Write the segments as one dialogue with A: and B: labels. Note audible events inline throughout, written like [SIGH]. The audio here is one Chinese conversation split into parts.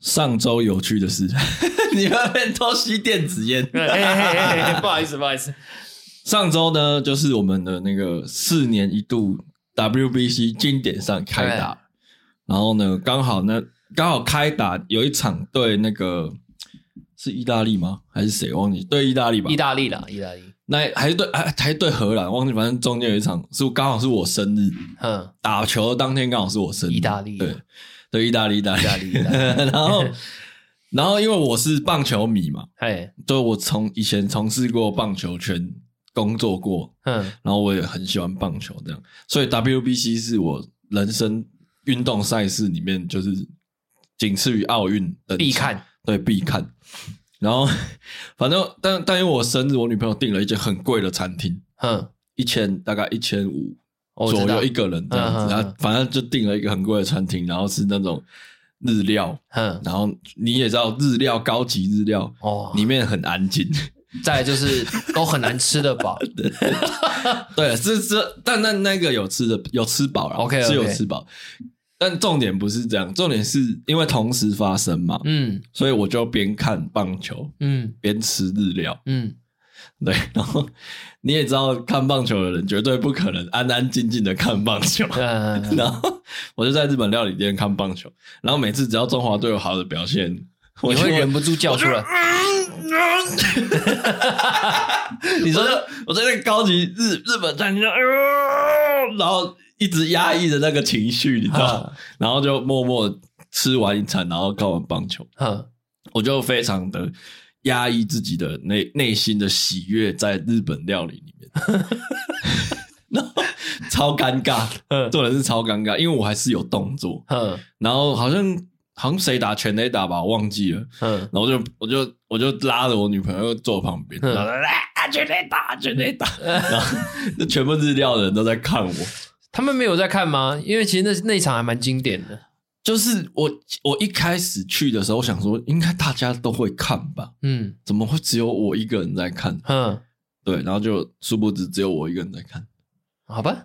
A: 上周有趣的事，
B: 你们偷吸电子烟，
C: 嘿嘿嘿哎嘿嘿不好意思，不好意思，
A: 上周呢就是我们的那个四年一度 WBC 经典赛开打，然后呢刚好呢刚好开打有一场对那个是意大利吗？还是谁忘记？对意大利吧
C: 意，大利啦，意大利，
A: 那还是对还还是对荷兰忘记，反正中间有一场是刚好是我生日，
C: 嗯，
A: 打球当天刚好是我生日，
C: 意大利
A: 对对意大利意大利
C: 意大利意大
A: [LAUGHS]
C: 利
A: 然后然后因为我是棒球迷嘛，
C: 嘿，
A: 就我从以前从事过棒球圈工作过，
C: 嗯，
A: 然后我也很喜欢棒球这样，所以 WBC 是我人生运动赛事里面就是仅次于奥运的
C: 必看，
A: 对必看。然后反正但但因为我生日，我女朋友订了一间很贵的餐厅，
C: 嗯，
A: 一千大概一千五
C: 哦我
A: 左
C: 知道
A: 右一个人这样
C: 嗯嗯嗯
A: 子，然后反正就订了一个很贵的餐厅，然后是那种日料，
C: 嗯，
A: 然后你也知道日料高级日料
C: 哦，
A: 里面很安静，
C: 再来就是都很难吃得
A: [LAUGHS]
C: 饱，
A: 对，这这但那那个有吃的有吃饱了
C: OK，OK
A: 是有吃饱，但重点不是这样，重点是因为同时发生嘛，
C: 嗯
A: 所以我就边看棒球
C: 嗯
A: 边吃日料，
C: 嗯，
A: 对，然后你也知道看棒球的人绝对不可能安安静静的看棒球，
C: 嗯，
A: 然后我就在日本料理店看棒球，然后每次只要中华队有好的表现，我
C: 你
A: 就
C: 会忍不住叫出来，
A: [LAUGHS] 你说我在那个高级日日本餐厅上，呃哎然后一直压抑着那个情绪，你知道吗，然后就默默吃完一餐，然后看完棒球，
C: 嗯
A: 我就非常的压抑自己的内内心的喜悦，在日本料理里面， [LAUGHS] 然后超尴尬，
C: 嗯
A: 做的是超尴尬，因为我还是有动作，
C: 嗯
A: 然后好像好像谁打全垒打吧，我忘记了。
C: 嗯，
A: 然后我就我就我就拉着我女朋友坐旁边，
C: 嗯
A: 然后她来啊绝对打，绝对打， [LAUGHS] 然后那全部日料的人都在看我，
C: 他们没有在看吗？因为其实那那一场还蛮经典的，
A: [LAUGHS] 就是我我一开始去的时候我想说，应该大家都会看吧，
C: 嗯
A: 怎么会只有我一个人在看？
C: 嗯，
A: 对，然后就殊不知只有我一个人在看，
C: 好吧，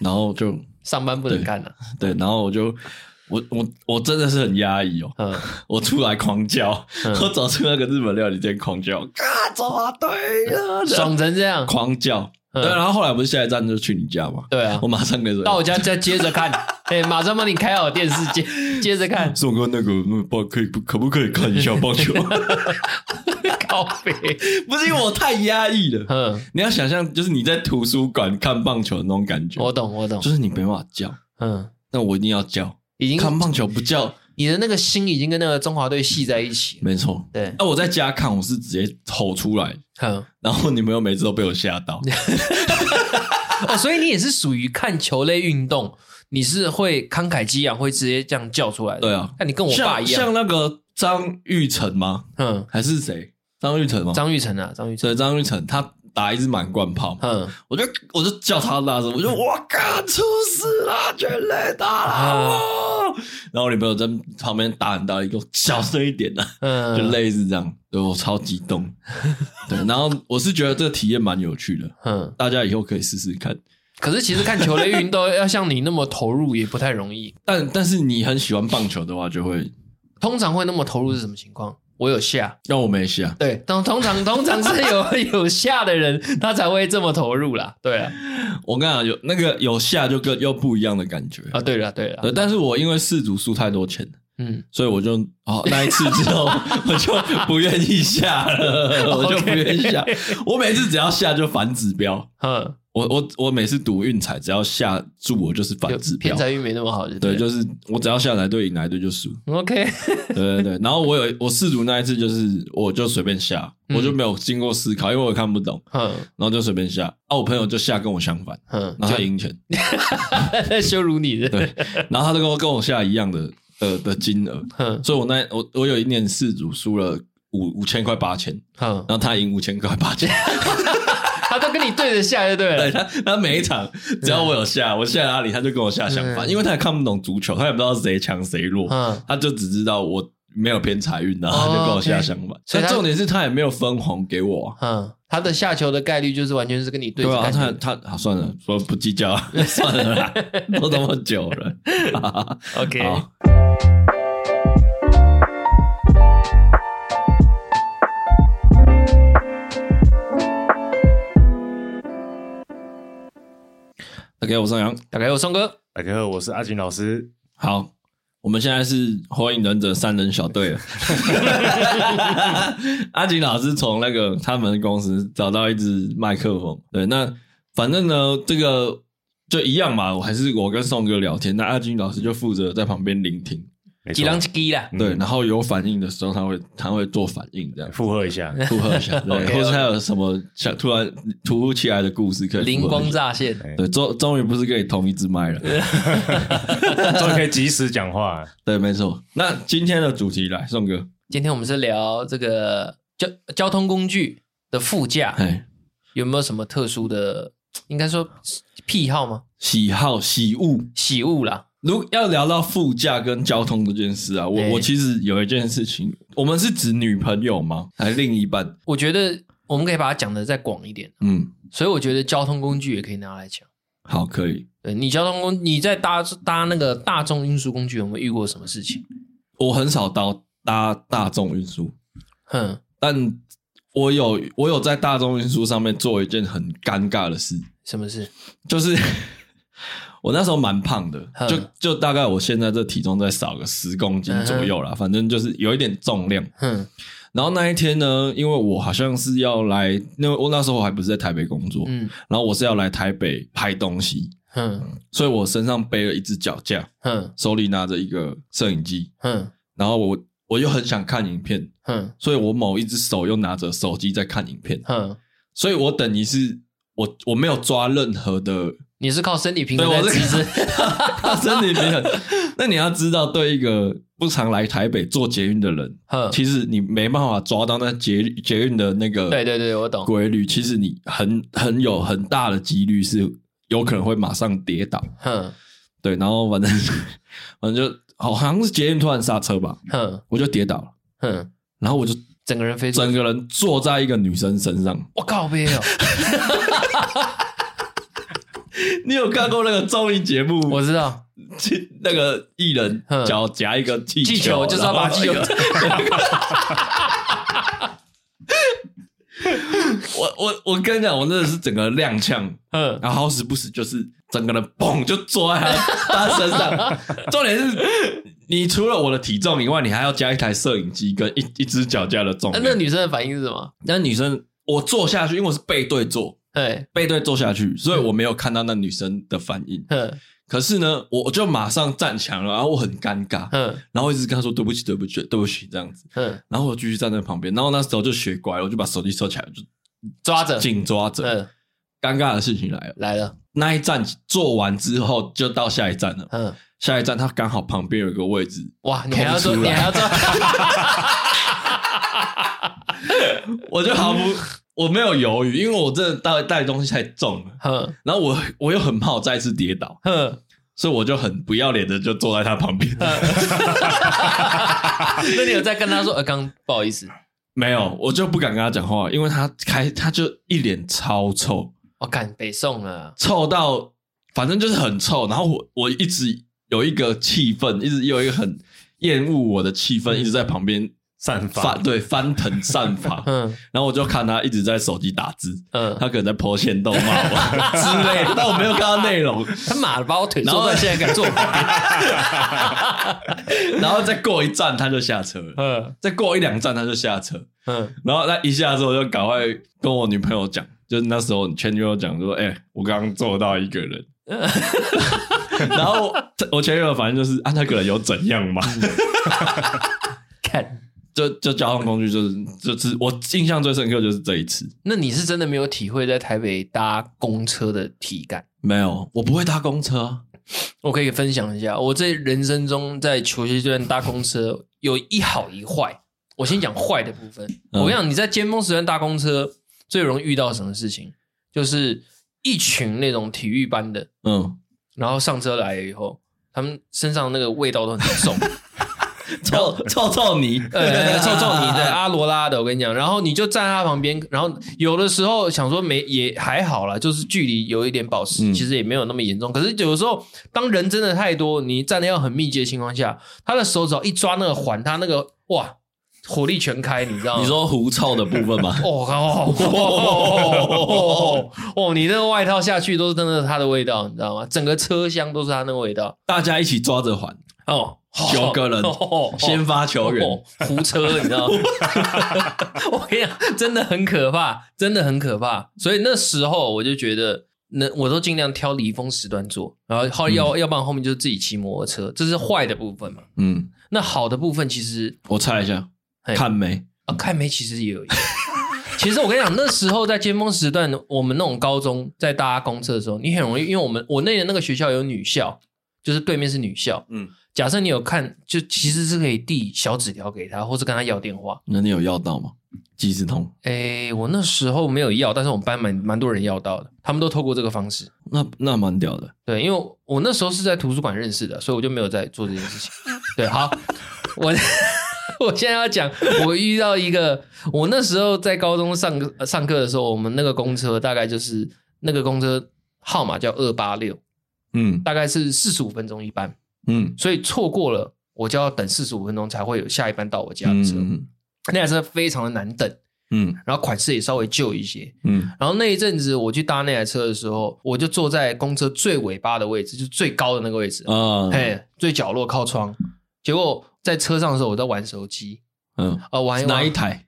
A: 然后就
C: 上班不能干了，
A: 对，然后我就我我我真的是很压抑哦， [LAUGHS]
C: 嗯
A: 我出来狂叫，
C: 嗯
A: [LAUGHS] 我走出那个日本料理店狂叫，啊，中华队啊，
C: 爽成这样，
A: 狂叫。
C: 嗯
A: [LAUGHS] 对，啊然后后来不是下一站就去你家嘛？
C: 对啊
A: 我马上跟着
C: 到我家再接
A: [LAUGHS]
C: 着看，哎，马上帮你开好电视接接着看，
A: 宋哥那个那棒可以不可不可以看一下棒
C: [LAUGHS]
A: 球？
C: 靠背，
A: 不是因为我太压抑了。
C: 嗯，
A: 你要想象，就是你在图书馆看棒球的那种感觉，
C: 我懂我懂
A: 就，是你没办法叫，
C: 嗯，
A: 但我一定要叫。
C: 已经
A: 看棒球不叫，
C: 你的那个心已经跟那个中华队系在一起了，
A: 没错。 [LAUGHS]
C: 对，
A: 那我在家看，我是直接吼出来，
C: 嗯，
A: 然后你们又每次都被我吓
C: [LAUGHS]
A: 到。
C: 哦，所以你也是属于看球类运动，你是会慷慨激昂，会直接这样叫出来的。
A: 对啊
C: 那你跟我爸
A: 像
C: 一
A: 像
C: 样，
A: 那个张玉成吗？
C: 嗯，
A: 还是谁？张玉成吗？
C: 张玉成啊，张玉成，
A: 对，张玉成他打一支满贯炮嘛，
C: 嗯，
A: 我就我就叫他大声，我
C: [LAUGHS]
A: 就我靠，出事啦，全垒打啦！
C: 啊
A: 哇然后我女朋友在旁边打很大力，给我小声一点啊，
C: 嗯，
A: 就类似这样，对我超激
C: [LAUGHS]
A: 动。对，然后我是觉得这个体验蛮有趣的，
C: 嗯。
A: 大家以后可以试试看。
C: 可是其实看球类运动 [LAUGHS] 要像你那么投入也不太容易，
A: 但但是你很喜欢棒球的话，就会
C: 通常会那么投入是什么情况？我有下，
A: 让我没啊下。
C: 对，通通常通常是有 [LAUGHS] 有下的人，他才会这么投入啦。对啊，
A: 我跟你讲，有那个有下就更又不一样的感觉。
C: 啊对了对了，
A: 对，但是我因为四组输太多钱，
C: 嗯，
A: 所以我就哦，那一次之后 [LAUGHS] 我就不愿意下了，呃我就不愿意 [LAUGHS] 下。我每次只要下就反指标，
C: 嗯，
A: 我我我每次赌运彩，只要下注我就是反
C: 有
A: 指标
C: 偏。财运没那么好，对
A: 对，
C: 就
A: 就是我只要下哪一队赢哪一队就输。
C: OK，
A: 对对对，然后我有我四组那一次就是我就随便下，
C: 嗯
A: 我就没有经过思考，因为我看不懂，
C: 嗯
A: 然后就随便下。啊，我朋友就下跟我相反，
C: 嗯，
A: 然后他赢钱，
C: 在羞辱你的，
A: 对，然后他就跟我跟我下一样的的的金额，
C: 哼
A: 所以我那我我有一年四组输了五五千块八千。
C: 哼，
A: 然后他赢五千块八千，
C: 嗯他都跟你对着下就对
A: 对
C: 了，
A: 他他每一场只要我有下，我下哪里他就跟我下相反，
C: 嗯
A: 因为他也看不懂足球，他也不知道谁强谁弱，
C: 嗯，
A: 他就只知道我没有偏财运，然啊后他就跟我下相反。
C: 哦所
A: 但
C: 以他
A: 重点是他也没有分红给我啊，
C: 嗯，他的下球的概率就是完全是跟你对
A: 对
C: 着
A: 啊，
C: 干
A: 他
C: 的。
A: 他啊算了，不不计较，啊 [LAUGHS] 算了
C: [LAUGHS]
A: 啦，都那么久了。
C: OK，
A: 好大家好，我是杨。
C: 大概有松哥，
D: 大家好，我哎是阿锦老师。
A: 好，我们现在是火影忍者三人小队
C: [LAUGHS]
A: 了。阿锦老师从那个他们公司找到一支麦克风，对，那反正呢，这个就一样嘛。我还是我跟宋哥聊天，那阿锦老师就负责在旁边聆听，
D: 没
C: 几
D: 错
C: 浪几滴啦，
A: 对，然后有反应的时候，他会他会做反应，
C: [LAUGHS]
A: 这样
D: 附和
A: [LAUGHS]
D: 一下，
A: 附和一下，对
C: OK，OK
A: 或是他有什么想突然突如其来的故事可以附和一下
C: 灵光。乍现。
A: 对，终终于不是跟你同一支麦了。
C: [LAUGHS]
D: 终于可以及时讲话。
A: 对，没错。那今天的主题来，宋哥，
C: 今天我们是聊这个交交通工具的副驾
A: 哎，
C: 有没有什么特殊的，应该说癖好吗？
A: 喜好喜恶，
C: 喜恶啦，
A: 如要聊到副驾跟交通这件事啊，我、
C: 哎
A: 我其实有一件事情，我们是指女朋友吗？还是另一半？
C: 我觉得我们可以把它讲的再广一点，
A: 嗯，
C: 所以我觉得交通工具也可以拿来讲。
A: 好，可以。
C: 对你交通工，你在搭搭那个大众运输工具有没有遇过什么事情？
A: 我很少搭搭大众运输，
C: 哼，
A: 但我有我有在大众运输上面做一件很尴尬的事，
C: 什么事？
A: 就是 [LAUGHS] 我那时候蛮胖的，
C: 哼
A: 就就大概我现在这体重再少个十公斤左右啦，反正就是有一点重量。
C: 哼，
A: 然后那一天呢，因为我好像是要来，那我那时候我还不是在台北工作，
C: 嗯，
A: 然后我是要来台北拍东西，
C: 哼，
A: 所以我身上背了一只脚架，
C: 哼，
A: 手里拿着一个摄影机，
C: 哼，
A: 然后我我又很想看影片，
C: 哼，
A: 所以我某一只手又拿着手机在看影片，
C: 哼，
A: 所以我等于是我我没有抓任何的
C: 你是靠身体平衡
A: 对我
C: 在
A: 是
C: 骑车？
A: [LAUGHS] 身体平衡。那你要知道，对一个不常来台北坐捷运的人，
C: 哼，
A: 其实你没办法抓到那捷捷运的那个
C: 对对对，我懂。
A: 规律，其实你很很有很大的几率是有可能会马上跌倒。
C: 哼，
A: 对，然后反正 [LAUGHS] 反正就好好像是捷运突然刹车吧，
C: 哼，
A: 我就跌倒了，
C: 哼，
A: 然后我就
C: 整个人飞出去。
A: 整个人坐在一个女生身上。
C: 我靠，没有，
A: [LAUGHS] 你有看过那个综艺节目？
C: 我知
A: [LAUGHS]
C: 道，
A: 那个艺人
C: 嗯
A: 脚夹一个气
C: 气球就是要把气球
A: 然后。我我我跟你讲，我真的是整个踉跄，
C: 哼，
A: 然后时不时就是整个人嘣就坐在他他身上。重点是，你除了我的体重以外，你还要加一台摄影机跟一一只脚架的重
C: 那
A: 量。
C: 那女生的反应是什么？
A: 那女生，我坐下去，因为我是背对坐，
C: 对，
A: 背对坐下去，所以我没有看到那女生的反应。
C: 哼，
A: 可是呢，我我就马上站起来了，然后我很尴尬，
C: 哼，
A: 然后一直跟她说对不起，对不起，对不起这样子。
C: 哼，
A: 然后我继续站在旁边，然后那时候就学乖了，我就把手机收起来，就
C: 抓着，
A: 紧抓着。
C: 嗯，
A: 尴尬的事情来了，
C: 来了，
A: 那一站做完之后就到下一站了。
C: 嗯，
A: 下一站他刚好旁边有一个位置，
C: 哇，你还要做，
A: 空出
C: 你
A: 来
C: 还要做，
A: 我就毫不我没有犹豫，因为我真的带带东西太重了，
C: 哼，
A: 然后我我又很怕我再次跌倒，
C: 哼，
A: 所以我就很不要脸的就坐在他旁边。 [LAUGHS]
C: 那你有在跟他说，呃，刚不好意思，
A: 没有，我就不敢跟他讲话，因为他开他就一脸超臭，
C: 我干北宋了，
A: 臭到反正就是很臭。然后我我一直有一个气氛，一直有一个很厌恶我的气氛，一直在旁边
D: 散发
A: 翻对翻腾散
C: [LAUGHS]
A: 发。
C: 嗯
A: 然后我就看他一直在手机打字，
C: 嗯，
A: 他可能在剖线动骂 [LAUGHS] 我之类的，但我没有看到内容。
C: 他妈的把我腿
A: 然
C: 坐
A: 后
C: 在现在
A: [LAUGHS]
C: 敢坐，
A: 然后再过一站他就下车了，
C: 嗯
A: 再过一两站他就下车，
C: 嗯
A: 然后他一下之后就赶快跟我女朋友讲，就是那时候前女友讲说，哎、我刚刚揍到一个 [LAUGHS] 人。然后我前女友反正就是啊，那个人有怎样嘛？ [LAUGHS]
C: 看，
A: 就就交通工具就是就是我印象最深刻就是这一次，
C: 那你是真的没有体会在台北搭公车的体感。
A: 没有，我不会搭公车，啊
C: 我可以分享一下，我这人生中在求学阶段搭公车有一好一坏。我先讲坏的部分。
A: 嗯
C: 我跟你讲，你在尖峰时段搭公车最容易遇到什么事情？就是一群那种体育班的，
A: 嗯，
C: 然后上车来了以后，他们身上那个味道都很重，
A: 臭臭臭泥，
C: 呃，臭臭泥
A: [LAUGHS]
C: 的阿罗拉的，我跟你讲，然后你就站在他旁边，然后有的时候想说没也还好啦，就是距离有一点保持，
A: 嗯
C: 其实也没有那么严重。可是有的时候，当人真的太多，你站的要很密集的情况下，他的手指要一抓那个环，他那个哇，火力全开，你知道吗？？
A: 你说狐臭的部分吗
C: 哦，哦哦哦哦！你那个外套下去都是真的它的味道，你知道吗？整个车厢都是它那个味道。
A: 大家一起抓着还，
C: 哦，
A: 九个人先发球员，
C: 胡车，你知道吗？ [LAUGHS] 我跟你讲，真的很可怕，真的很可怕。所以那时候我就觉得，那我都尽量挑离峰时段坐，然后后要、要不然后面就是自己骑摩托车，这是坏的部分嘛。
A: 嗯，
C: 那好的部分其实
A: 我猜一下，
C: 嘿
A: 看没？
C: 啊，看梅其实也有一个。其实我跟你讲，那时候在尖峰时段，我们那种高中在搭公车的时候，你很容易，因为我们我那年那个学校有女校，就是对面是女校。
A: 嗯，
C: 假设你有看，就其实是可以递小纸条给他，或是跟他要电话。
A: 那你有要到吗？即时通？
C: 诶，我那时候没有要，但是我们班蛮蛮多人要到的，他们都透过这个方式。
A: 那那蛮屌的。
C: 对，因为我我那时候是在图书馆认识的，所以我就没有在做这件事情。对，好，我 [LAUGHS] 我现在要讲，我遇到一个，我那时候在高中上课上课的时候，我们那个公车大概就是那个公车号码叫二八六，
A: 嗯
C: 大概是四十五分钟一班，
A: 嗯
C: 所以错过了我就要等四十五分钟才会有下一班到我家的车。
A: 嗯
C: 那台车非常的难等，
A: 嗯
C: 然后款式也稍微旧一些，
A: 嗯
C: 然后那一阵子我去搭那台车的时候，我就坐在公车最尾巴的位置，就是最高的那个位置，
A: 啊
C: 嘿，最角落靠窗。结果在车上的时候，我在玩手机，
A: 嗯，
C: 啊、玩玩
A: 哪一台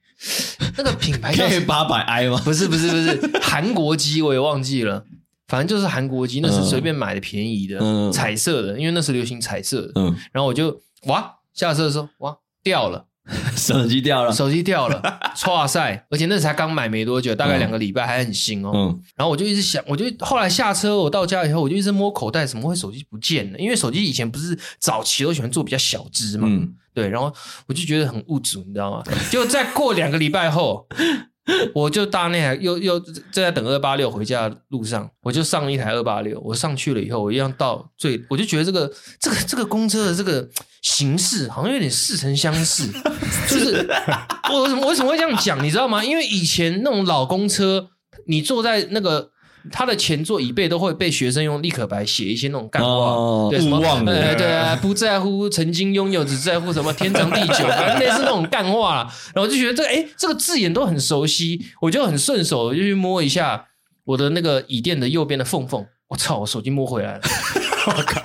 C: 那个品牌叫
A: ？K
C: 什么？
A: 八百 I 吗？
C: 不是不是不是韩国机，我也忘记了，反正就是韩国机，那是
A: 嗯
C: 随便买的便宜的，
A: 嗯
C: 彩色的，因为那时流行彩色的。
A: 嗯，
C: 然后我就哇下车的时候哇掉了。
A: 手机掉了。
C: 手机掉了， [LAUGHS] 哇塞！而且那时才刚买没多久，大概两个礼拜，还很新哦。
A: 嗯
C: 然后我就一直想，我就后来下车，我到家以后，我就一直摸口袋，怎么会手机不见了？因为手机以前不是早期都喜欢做比较小只嘛，
A: 嗯，
C: 对。然后我就觉得很物质，你知道吗？就再过两个礼拜后，我就搭那台又又正在等二八六回家的路上，我就上一台二八六，我上去了以后，我一样到最，我就觉得这个这个这个公车的这个形式好像有点似曾相识，就是我为什么为什么会这样讲，你知道吗？因为以前那种老公车，你坐在那个。它的前座椅背都会被学生用立可白写一些那种干话，
A: 哦
C: 对什么
A: 勿忘我
C: 呃对啊，不在乎曾经拥有，只在乎什么天长地久，反 [LAUGHS] 正类似那种干话啦。然后我就觉得这个哎，这个字眼都很熟悉，我就很顺手，我就去摸一下我的那个椅垫的右边的缝缝。我操，我手机摸回来了！我靠，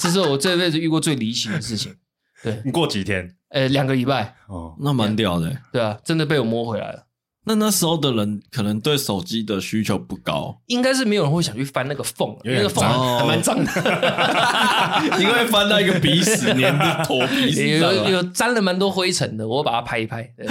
C: 这是我这辈子遇过最离奇的事情。
D: 你过几天
C: 呃，两个礼拜，
D: 哦，
A: 那蛮屌的。
C: 对啊，真的被我摸回来了。
A: 那那时候的人可能对手机的需求不高， [LAUGHS]
C: 应该是没有人会想去翻那个缝，那
D: 有点
C: 个缝
D: 脏
A: 哦
C: 还蛮脏的，
A: 因为翻到一个鼻屎粘的头皮
C: 有
A: 屎啊上
C: 有
A: 来。
C: 有沾了蛮多灰尘的，我把它拍一拍。对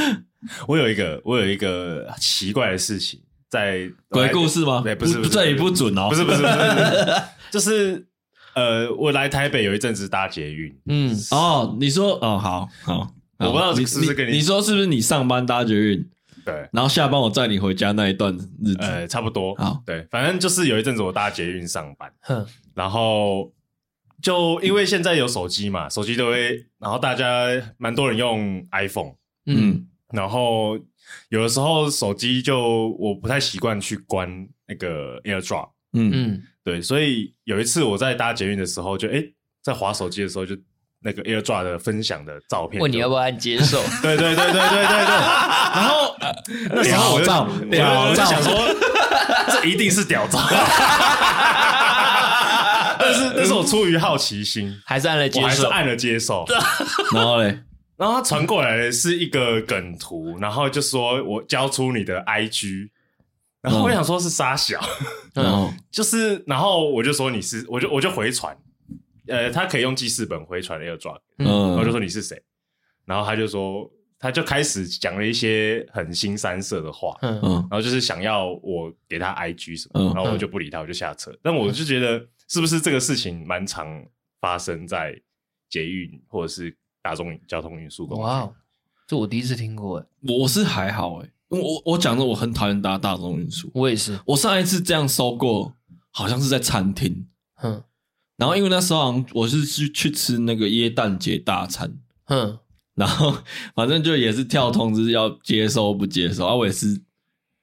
D: 我有一个我有一个奇怪的事情，在
A: 鬼故事吗？
D: 对，不是，不是
A: 这里不准哦。
D: 不是不是不是，不是就是呃，我来台北有一阵子搭捷运，
C: 嗯，
A: 哦，你说哦，好好，
D: 我不知道
A: 你
D: 是不是跟你
A: 你你说是不是你上班搭捷运，
D: 对，
A: 然后下班我载你回家那一段日子？
D: 呃，差不多，
A: 好
D: 对，反正就是有一阵子我搭捷运上班，
C: 哼，
D: 然后就因为现在有手机嘛，手机都会，然后大家蛮多人用 iPhone，
C: 嗯，
D: 然后有的时候手机就我不太习惯去关那个 AirDrop，
A: 嗯
C: 嗯
D: 对，所以有一次我在搭捷运的时候就，诶在划手机的时候就那个 AirDrop 的分享的照片，
C: 嗯问你要不要按接受？
D: 对对对对对对对。然后呃那时候我就
A: 屌
D: 啊
A: 照屌
D: 我就
A: 照
D: 想说，这一定是屌照。但是但是我出于好奇心，
C: [LAUGHS] 还是按了
D: 我还是按了接受。
A: 然后嘞，
D: 然后他传过来的是一个梗图，然后就说我交出你的 IG。然后我想说是沙小， [LAUGHS] 嗯
A: 然后
D: 就是然后我就说你是，我就我就回传，呃，他可以用记事本回传 AirDrop，
A: 嗯，
D: 然后就说你是谁，然后他就说他就开始讲了一些很新三色的话，
C: 嗯
A: 嗯
D: 然后就是想要我给他 IG 什
A: 嗯
D: 么，然后我就不理他，我就下车。但我就觉得是不是这个事情蛮常发生在捷运或者是大众交通运输工具？
C: 哇哦，这我第一次听过哎，
A: 我是还好哎，因为我我讲的我很讨厌搭大众运输，
C: 我也是，
A: 我上一次这样收过，好像是在餐厅，
C: 哼
A: 然后因为那时候好像我是去去吃那个耶诞节大餐，
C: 哼，
A: 然后反正就也是跳通知要接收不接收啊，我也是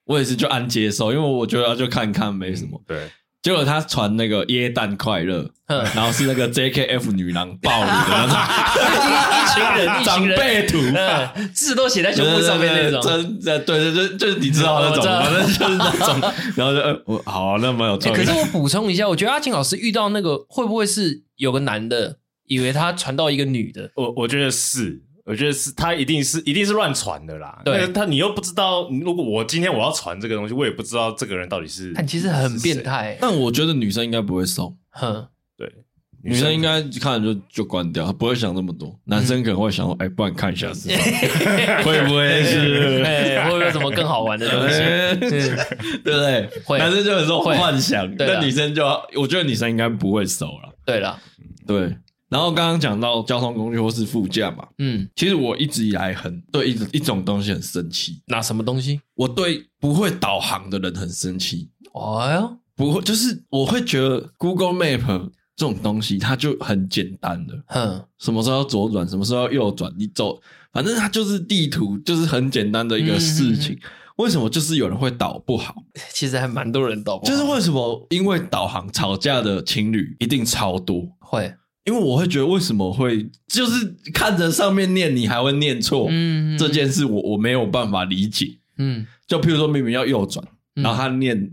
A: 我也是就按接收，因为我觉得就看看没什么。
D: 对，
A: 结果他传那个耶诞快乐，
C: 嗯
A: 然后是那个 JKF 女郎暴露的那种
C: [LAUGHS] 一群人，一
A: 长
C: 群人
A: 辈图，
C: 嗯， [LAUGHS] 字都写在胸部上面那种。
A: 真的对对对，就是你知道那
C: 我
A: 种，
C: 知道
A: 反正就是那种，然后就呃我好，那蛮有
C: 欸
A: 创
C: 可
A: 意
C: 是。我补充一下，我觉得阿庆老师遇到那个会不会是有个男的以为他传到一个女的？
D: 我我觉得是，我觉得是他一定是一定是乱传的啦。
C: 对
D: 那个他你又不知道，如果我今天我要传这个东西，我也不知道这个人到底是。
C: 但其实很变
D: 是谁，
C: [LAUGHS] 态、欸，
A: 但我觉得女生应该不会送，
C: 哼，
D: 对，
A: 女生应嗯该看了就就关掉，她不会想那么多。男生可能会想说，哎，不然看一下是 [LAUGHS] 什么会不会是？
C: [LAUGHS] 哎，会不会有什么更好玩的东西？
A: 哎 [LAUGHS] 对啊不 [LAUGHS] 对？
C: 会
A: 男生就很说
C: 会
A: 幻想，
C: 对啦
A: 那女生就我觉得女生应该不会收了。
C: 对了，
A: 对，然后刚刚讲到交通工具或是副驾嘛，
C: 嗯，
A: 其实我一直以来很对一一种东西很生气，
C: 拿什么东西？
A: 我对不会导航的人很生气，
C: 哦哟，
A: 不会就是我会觉得 Google Map 这种东西它就很简单的，
C: 哼，
A: 什么时候要左转，什么时候要右转，你走，反正它就是地图，就是很简单的一
C: 嗯
A: 个事情。为什么就是有人会导不好？
C: [LAUGHS] 其实还蛮多人懂，
A: 就是为什么因为导航吵架的情侣一定超多？
C: 会，
A: 因为我会觉得为什么会就是看着上面念你还会念错、
C: 嗯，
A: 这，件事我，我没有办法理解。
C: 嗯
A: 就譬如说明明要右转，
C: 嗯
A: 然后他念、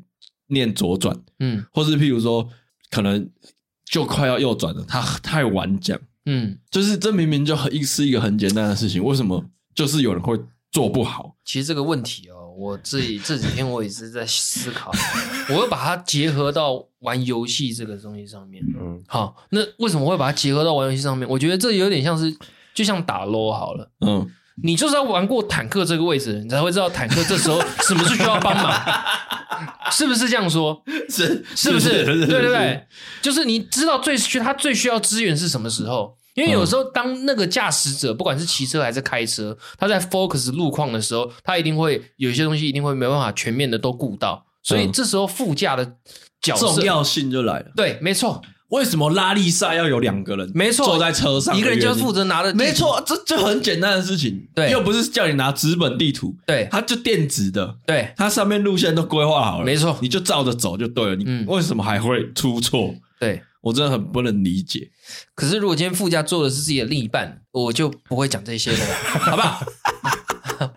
A: 念左转，
C: 嗯
A: 或是譬如说可能就快要右转了，他太晚讲，
C: 嗯，
A: 就是这明明就很一是一个很简单的事情，为什么就是有人会做不好？
C: 其实这个问题哦，我自己这几天我也是在思考，我又把它结合到玩游戏这个东西上面。
D: 嗯，
C: 好，那为什么会把它结合到玩游戏上面？我觉得这有点像是，就像打 LO 好了，
A: 嗯，
C: 你就是要玩过坦克这个位置，你才会知道坦克这时候什么是需要帮忙，是不是这样说？
A: [LAUGHS] 是
C: 是不是？对对对，，就是你知道最需他最需要资源是什么时候。因为有时候，当那个驾驶者，不管是骑车还是开车，他在 focus 路况的时候，他一定会有一些东西一定会没办法全面的都顾到，所以
A: 嗯
C: 这时候副驾的角色
A: 重要性就来了。
C: 对，没错，
A: 为什么拉力赛要有两个人？
C: 没错
A: 坐在车上，
C: 一个人就负
A: 责。
C: 责拿着，
A: 没，错，这这很简单的事情，
C: 对
A: 又不是叫你拿纸本地图，
C: 对
A: 它就电子的，
C: 对，
A: 它上面路线都规划好了，
C: 没错
A: 你就照着走就对了。
C: 嗯
A: 你为什么还会出错？
C: 对。
A: 我真的很不能理解。
C: 可是如果今天副驾坐的是自己的另一半，我就不会讲这些了， [LAUGHS] 好不好？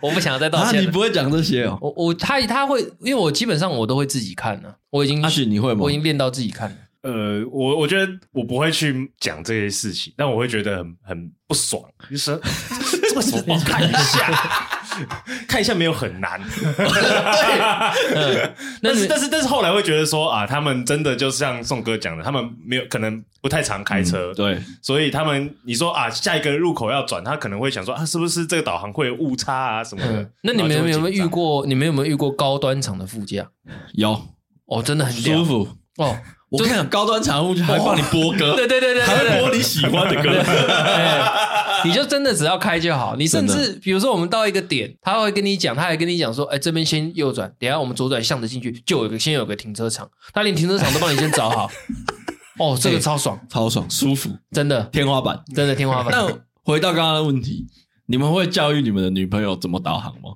C: 我不想要再道
A: 啊，
C: 歉
A: 你
C: 了。
A: 不会讲这些哦？
C: 我我他他会，因为我基本上我都会自己看呢、我已经、
A: 阿雪，啊你会吗
C: 我
A: [LAUGHS]
C: 已？经练到自己看了。
D: 呃，我我觉得我不会去讲这些事情，但我会觉得很很不爽，就是为什么不看一下？ [LAUGHS] 看一下没有很难，对。
C: 那
D: 但
C: 你
D: 是
C: 们
D: 但是但是后来会觉得说啊，他们真的就像宋哥讲的，他们没有可能不太常开车，
A: 嗯对，
D: 所以他们你说啊，下一个入口要转，他可能会想说啊，是不是这个导航会有误差啊什么的
C: 嗯？，那你们有没有
D: 然后就会紧
C: 遇
D: 张？
C: 过？你们有没有遇过高端厂的副驾？
A: 有
C: 哦，真的很
A: 舒
C: 屌
A: 服。
C: 哦！
A: 我跟你讲，高端产物还帮你播歌，
C: 对对对对
A: 还
C: 对
A: 会播
C: 对，
A: 你喜欢的歌。
C: 你就真的只要开就好。你甚至比如说我们到一个点，他会跟你讲，他还跟你讲说，哎，这边先右转，等一下我们左转向着进去，就有一个先有个停车场，他连停车场都帮你先找
D: [LAUGHS]
C: 好。哦，这个超爽，
A: 超爽，舒服，
C: 真的
A: 天花
C: [LAUGHS]
A: 板。
C: 真的天花板。
A: 那回到刚刚的问题，你们会教育你们的女朋友怎么导航
C: [LAUGHS]
A: 吗？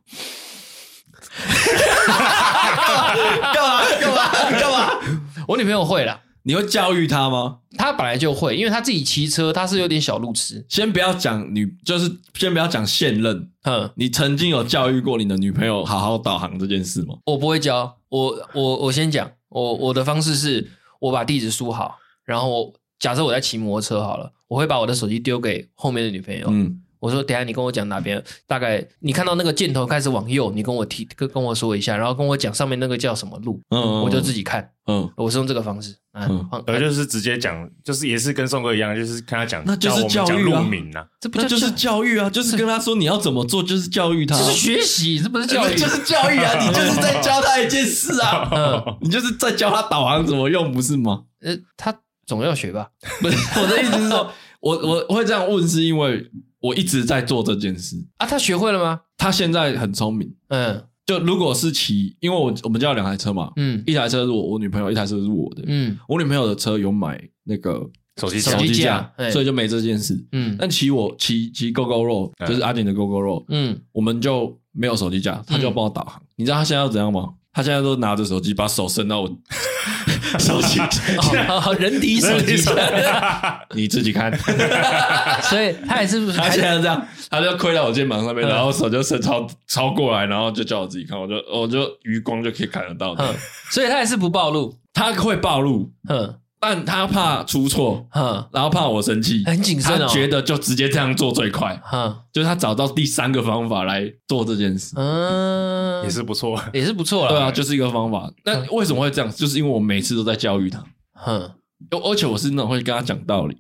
C: 我女朋友会啦，
A: 你会教育她吗？
C: 她本来就会，因为她自己骑车，她是有点小路痴。
A: 先不要讲女，就是先不要讲现任，
C: 哼，
A: 你曾经有教育过你的女朋友好好导航这件事吗？
C: 我不会教，我我我先讲，我我的方式是，我把地址输好，然后我假设我在骑摩托车好了，我会把我的手机丢给后面的女朋友，
A: 嗯，
C: 我说等一下你跟我讲哪边，大概你看到那个箭头开始往右，你跟我提跟跟我说一下，然后跟我讲上面那个叫什么路，
A: 嗯
C: 我就自
A: 己
C: 己看，
A: 嗯，
C: 我是用这个方式，啊
A: 嗯，
C: 放
D: 而就是直接讲，就是也是跟宋哥一样，就是跟他讲，
A: 那就是
D: 教我们讲
A: 教育啊
D: 路名啊，
C: 这不
A: 那
C: 叫
A: 就是
C: 教
A: 教育啊，就是跟她说你要怎么做，就是教育她啊
C: 这，是学习，这不是教育，
A: [LAUGHS] 就是教育啊，你就是在教她一件事啊，
C: 嗯
A: 你就是在教她导航怎么用，不是吗？
C: 呃，他总要学吧，
A: [LAUGHS] 不是我的意思是说，我我会这样问，是因为我一直在做这件事。
C: 啊，他学会了吗？
A: 她现在很聪明，
C: 嗯
A: 就如果是骑，因为我我们家有两台车嘛，
C: 嗯
A: 一台车是我我女朋友，一台车是我的。
C: 嗯
A: 我女朋友的车有买那个
D: 手机
C: 手
D: 讲
C: 机架
A: 架
C: 哎，
A: 所以就没这件事。
C: 嗯
A: 但骑我骑骑 Go Go Roll，
D: 嗯
A: 就是阿典的 Go Go Roll，
C: 嗯，
A: 我们就没有手嗯 [LAUGHS] 机架，他就帮我导航。你知道他现在要怎样吗？他现在都拿着手机，把手伸到我手机， [LAUGHS]
C: 哦 [LAUGHS] 人体手机，
A: 你自己看。
C: 所以他也是
A: 他
C: 还
A: 现
C: 是
A: 在这样，他就跪在我肩膀上面，
C: 嗯
A: 然后手就伸超超过来，然后就叫我自己看，我就我就余光就可以看得到。
C: 嗯，所以他也是不暴露，
A: 他会暴露，
C: 嗯
A: 但他怕出错，
C: 嗯，
A: 然后怕我生气，
C: 很谨慎
A: 他
C: 哦，
A: 觉得就直接这样做最快，
C: 嗯
A: 就是他找到第三个方法来做这件事。
C: 嗯，
D: 也是不错。 [LAUGHS]
C: 也是不错了，
A: 对啊，就是一个方法。那为什么会这样？就是因为我每次都在教育他，
C: 嗯，
A: 而而且我是那种会跟他讲道理，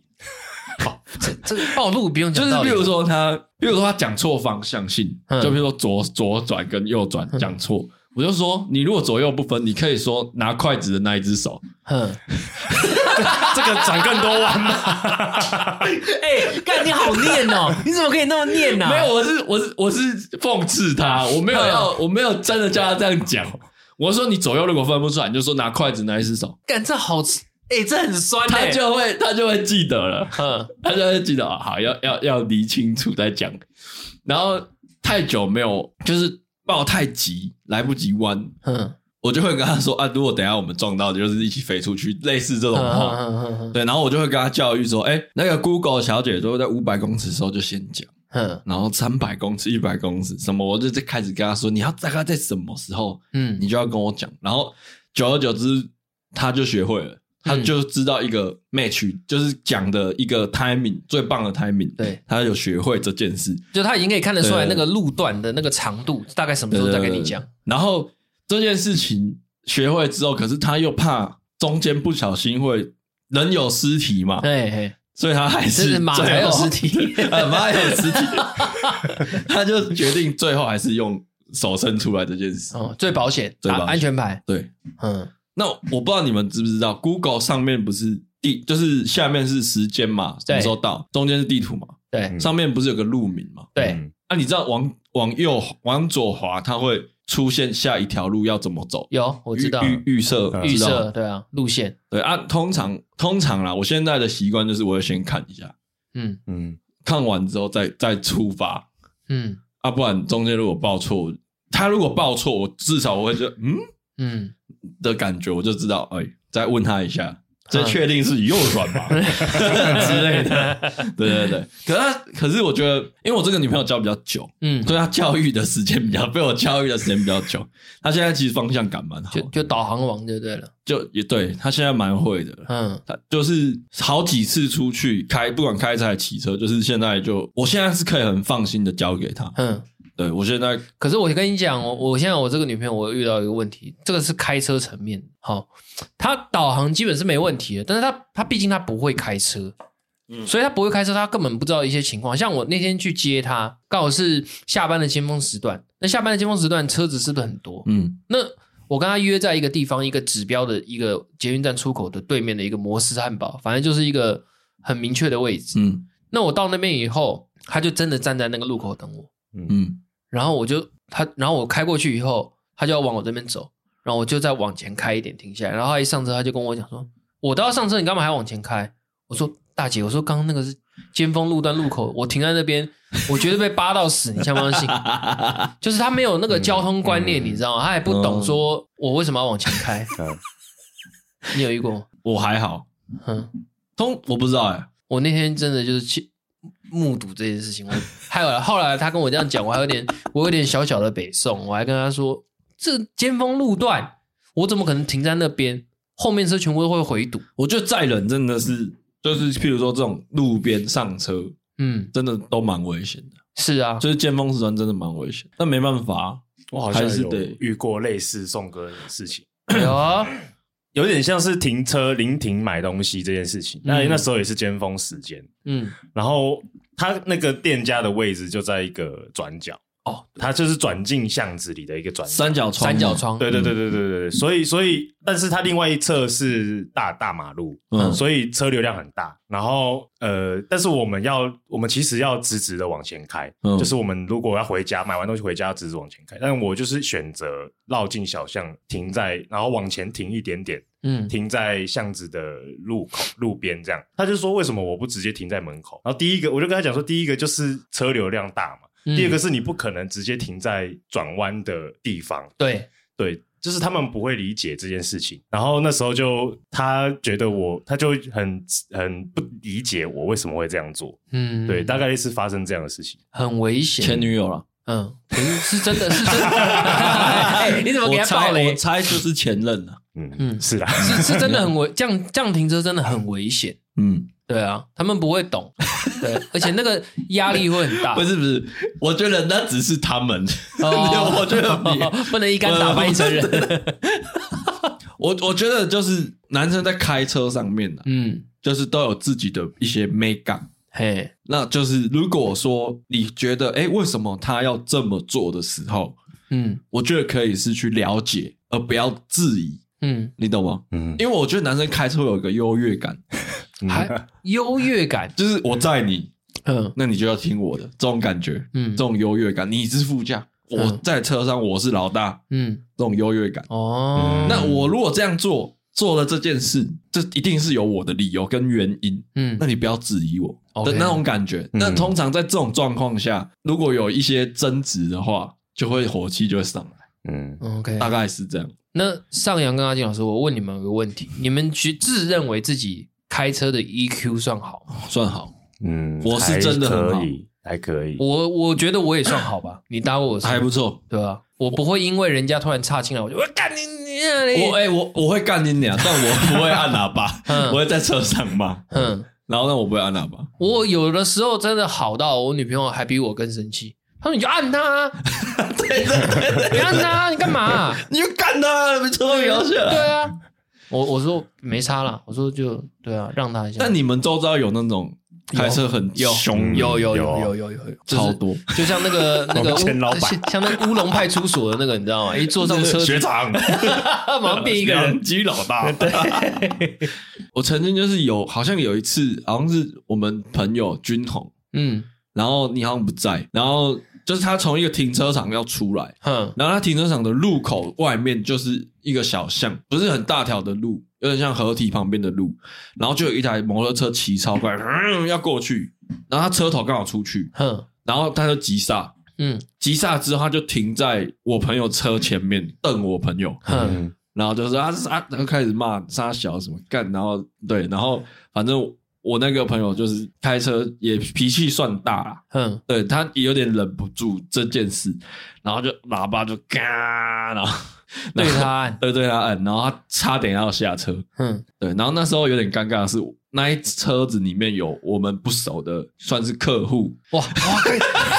C: 这这个暴露不用
A: 就
C: 讲
A: 是
C: 道
A: 比
C: 理，
A: 如说他，比如说他讲错方向性，
C: 嗯
A: 就比如说左左转跟右转讲错，我就说你如果左右不分，你可以说拿筷子的那一只手，
C: 嗯，
D: 这个转更多啊
C: [LAUGHS]
D: 弯嘛，
C: 哎，干你好念哦，你怎么可以那么念啊呢？
A: 没有，我是我是我是讽刺他，我没有要，
C: 嗯
A: 我没有真的叫他这样讲。我说你左右如果分不出来，你就说拿筷子那一只手，
C: 干这好吃，哎、这很酸、
A: 他
C: 欸，
A: 就会他就会记得了，
C: 嗯
A: 他就会记得啊，好要要要理清楚再讲。然后太久没有，就是抱太急，来不及弯，
C: 嗯
A: 我就会跟他说啊，如果等一下我们撞到，就是一起飞出去，类似这种话。
C: 嗯
A: 对，然后我就会跟他教育说，哎、那个 Google 小姐都在五百公尺的时候就先讲。
C: 嗯
A: 然后三百公尺、一百公尺什么，我就在开始跟他说，你要大概在什么时候，
C: 嗯
A: 你就要跟我讲。然后久而久之，他就学会
C: 嗯
A: 了，他就知道一个 match，、就是讲的一个 timing 最棒的 timing。
C: 对，
A: 他有学会这件事，
C: 就他已经可以看得出来
A: 对
C: 那个路段的那个长度，大概什么时候再跟你讲。
A: 然后这件事情学会之后，可是他又怕中间不小心会人有尸体嘛，
C: 对，嘿
A: 所以他还
C: 哎这是哎
A: 是
C: 马还有尸体，
A: 最后 [LAUGHS] 呃，马还有尸体， [LAUGHS] 他就决定最后还是用手伸出来这件事。
C: [LAUGHS] 哦，最保险，
A: 最
C: 打
A: 保险
C: 安全牌，
A: 对，
C: 嗯
A: 那我不知道你们知不知道，Google 上面不是地，就是下面是时间嘛，什
C: 对
A: 么时候到，中间是地图嘛，
C: 对
A: 上面不是有个路名嘛？
C: 对，
D: 嗯
A: 啊，你知道往往右往左滑，它会出现下一条路要怎么走？
C: 有我知道
A: 预预预设
D: 嗯
C: 预
A: 知道
C: 设，对啊，路线，
A: 对啊，通常通常啦，我现在的习惯就是我会先看一下，
C: 嗯
D: 嗯，
A: 看完之后再再出发
C: 嗯
A: 啊，不然中间如果报错，他如果报错，我至少我会觉得嗯
C: 嗯，
A: 的感觉，我就知道，哎、再问他一下，这
C: 嗯
A: 确定是右转
C: [LAUGHS]
A: 吧之类的。对对对，可是他，可是我觉得，因为我这个女朋友教比较久，
C: 嗯，
A: 所以她教育的时间比较被我教育的时间比较久。她现在其实方向感蛮好
C: 就
A: 的，
C: 就导航王就对了，
A: 就也对她现在蛮会的。
C: 嗯
A: 她就是好几次出去开，不管开车还是骑车，就是现在就我现在是可以很放心的交给她。
C: 嗯。
A: 对我现在
C: 可是我跟你讲，我我现在我这个女朋友，我遇到一个问题，这个是开车层面。好，她导航基本是没问题的，但是她她毕竟她不会开车，所以她不会开车，她根本不知道一些情况。像我那天去接她，刚好是下班的尖峰时段，那下班的尖峰时段车子是不是很多？
A: 嗯
C: 那我跟她约在一个地方，一个指标的一个捷运站出口的对面的一个摩斯汉堡，反正就是一个很明确的位置。
A: 嗯
C: 那我到那边以后，她就真的站在那个路口等我。
A: 嗯
C: 然后我就他，然后我开过去以后，他就要往我这边走，然后我就再往前开一点停下来，然后他一上车他就跟我讲说：“我都要上车，你干嘛还往前开？”我说：“大姐，我说刚刚那个是尖峰路段路口，我停在那边，我绝对被扒到死，你相不相信？就是他没有那个交通观念，
D: 嗯
C: 你知道吗？他也不懂说我为什么要往前开。
D: 嗯
C: 你有遇过吗？
A: 我还好，
C: 嗯，
A: 通我不知道哎、
C: 我那天真的就是去目睹这件事情，我还有后来他跟我这样讲，我还有点我有点小小的北宋，我还跟他说，这尖峰路段我怎么可能停在那边？后面车全部都会回堵。
A: 我觉得载人真的是，就是譬如说这种路边上车，
C: 嗯，
A: 真的都蛮危险的，
C: 是啊，
A: 就是尖峰时段真的蛮危险。但没办法啊、
D: 我好像
A: 还是
D: 有
A: 得
D: 遇过类似宋哥的事情。
C: 有啊，
D: 有点像是停车临停买东西这件事情，那、
C: 嗯
D: 那时候也是尖峰时间，
C: 嗯，
D: 然后他那个店家的位置就在一个转角，
C: 哦，
D: 他就是转进巷子里的一个转角，
A: 三角窗，
C: 三角，窗，
D: 对对对对对对对，所以所以，但是它另外一侧是大大马路，
A: 嗯
D: 所以车流量很大。然后呃，但是我们要我们其实要直直的往前开，
A: 嗯
D: 就是我们如果要回家买完东西回家要直直往前开，但我就是选择绕进小巷，停在然后往前停一点点，
C: 嗯
D: 停在巷子的路口路边这样。他就说为什么我不直接停在门口？然后第一个我就跟他讲说，第一个就是车流量大嘛。
C: 嗯
D: 第二个是你不可能直接停在转弯的地方，
C: 对，
D: 对，就是他们不会理解这件事情。然后那时候就他觉得我，他就很很不理解我为什么会这样做。
C: 嗯，
D: 对，大概是发生这样的事情。
C: 很危险。
A: 前女友了，
C: 嗯，可是是真的，是真的。 [LAUGHS] 哎你怎么给
A: 我
C: 他爆
A: 猜我
C: 雷？
A: 猜就是前任啊了，
D: 嗯
C: 嗯
D: 嗯，是啦，
C: 是是真的很危，这样这样停车真的很危险。
A: 嗯，
C: 对啊，他们不
A: [LAUGHS]
C: 会懂，对，而且那个压力会很大。
A: 不是不是，我觉得那只是他们，
C: 哦，
A: 我觉得你
C: [LAUGHS] 不能一竿打翻一船人。
A: 我我觉得就是男生在开车上面呢、
C: 嗯，
A: 就是都有自己的一些 make up。
C: 嘿，
A: 那就是如果说你觉得，哎、为什么他要这么做的时候，
C: 嗯
A: 我觉得可以是去了解，而不要质疑，
C: 嗯，
A: 你懂吗？
D: [LAUGHS] 嗯，
A: 因为我觉得男生开车有一个优越感，嗯
C: 还优越感。
A: 就是我载你，
C: 嗯
A: 那你就要听我的这种感觉，
C: 嗯
A: 这种优越感。你是副驾，我
C: 嗯
A: 在车上我是老大，
C: 嗯，
A: 这种优越感。
C: 哦，
A: 那我如果这样做，做了这件事，这一定是有我的理由跟原因。
C: 嗯
A: 那你不要质疑我
C: OK
A: 的那种感觉。
C: 嗯
A: 那通常在这种状况下，如果有一些争执的话，就会火气就会上来，
D: 嗯，
C: OK，
A: 大概是这样。
C: 那上扬跟阿金老师，我问你们个问题：你们觉自认为自己开车的 EQ 哦算好吗？
A: 算好，
D: 嗯，
A: 我是真的很好
D: 还可以，还可以。
C: 我我觉得我也算
A: [LAUGHS]
C: 好吧，你搭我
A: 还不错。
C: 对吧、我不会因为人家突然插进来，我就我干你你你，
A: 我哎、我我会干你俩，但我不会按喇叭
C: [LAUGHS] 嗯，
A: 我会在车上骂。
C: 嗯，
A: 然后呢，我不会按喇叭。
C: 我有的时候真的好到我女朋友还比我更生气，她说你就按他、 [LAUGHS] 啊，你按他、啊，你干嘛啊、
A: 你就干他，你车摇下来。
C: 对啊，我我说没差啦，我说就对啊，让他一
A: [LAUGHS]
C: 下。
A: 但你们周遭有那种开车很凶，
C: 有有有
D: 有
C: 有有有有，就是
A: 超多，
C: 就像那个那个
D: 我们前老
C: 乌
D: 板
C: [LAUGHS] 像像那个乌龙派出所的那个，你知道吗？一坐上车，
D: 学长，
C: 马上变一个
A: [LAUGHS]
C: 人。
A: 机老大。我曾经就是有，好像有一次，好像是我们朋友军红，
C: 嗯
A: 然后你好像不在，然后就是他从一个停车场要出来，
C: 哼
A: 然后他停车场的路口外面就是一个小巷，不是很大条的路，有点像合体旁边的路，然后就有一台摩托车骑超快、嗯要过去，然后他车头刚好出去，
C: 哼
A: 然后他就急刹，
C: 嗯
A: 急刹之后他就停在我朋友车前面瞪我朋友，
C: 哼，
D: 嗯
A: 然后就说啊啊，然后开始骂杀小什么干，然后对，然后反正我那个朋友就是开车也脾气算大啦，
C: 哼
A: 对他也有点忍不住这件事，然后就喇叭就嘎，然后
C: 对他，
A: 然后
C: 按
A: [LAUGHS] 对对他按，然后他差点要下车，
C: 哼
A: 对，然后那时候有点尴尬的是，那一车子里面有我们不熟的，算是客户， [LAUGHS]
C: 哇哇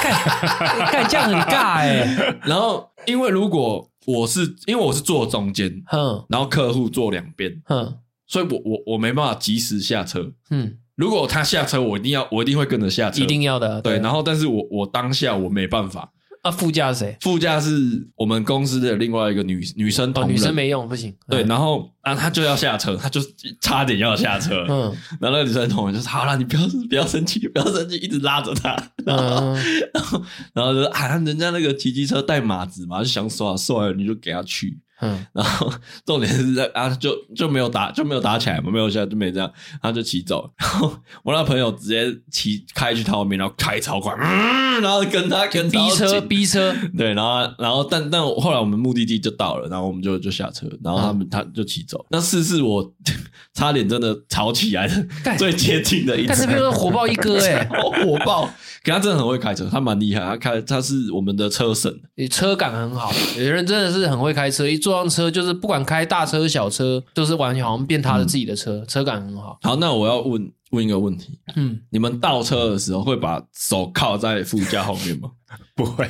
C: 干干干这样很尬
A: [LAUGHS]
C: 哎，
A: 然后因为如果我是因为我是坐中间，
C: 哼
A: 然后客户坐两边，
C: 哼
A: 所以我我我没办法及时下车。
C: 嗯，
A: 如果他下车，我一定要我一定会跟着下车，
C: 一定要的啊。
A: 对。
C: 啊
A: 然后，但是我我当下我没办法，
C: 啊，副驾是谁？
A: 副驾是我们公司的另外一个女女生同
C: 哦，
A: 仁，
C: 女生没用，不行。
A: 对，
C: 嗯
A: 然后啊，她就要下车，她就差点要下车，
C: 嗯
A: 然后那个女生同仁就说：“好了，你不要不要生气，不要生气，一直拉着她。”
C: 嗯
A: [LAUGHS] 然后然后就说啊，人家那个骑机车带马子嘛，就想耍帅，你就给他去。
C: 嗯
A: 然后重点是在啊，就就没有打就没有打起来嘛，没有下就没这样，他就骑走。然后我那朋友直接骑开去他后面，然后开超快，嗯， [LAUGHS] 然后跟他跟
C: 逼车
A: 逼。
C: 逼
A: [LAUGHS]
C: 车，
A: 对，然后然后但但后来我们目的地就到了，然后我们就就下车，然后他
C: 嗯
A: 们、他就骑走。那次是我 [LAUGHS] 差点真的吵起来的
C: 干
A: 最接近的一
C: 看
A: 次
C: 这，边都火爆一哥哎，
A: 好 [LAUGHS] 火爆。可他真的很会开车，他蛮厉害，他开他是我们的车神，
C: 你车感很好，有些人真的是很会开车，一坐上车就是不管开大车小车，就是完全好像变他的自己的车，
A: 嗯
C: 车感很好。
A: 好，那我要问问一个问题：
C: 嗯，
A: 你们倒车的时候会把手靠在副驾后面吗？
D: [LAUGHS] 不会，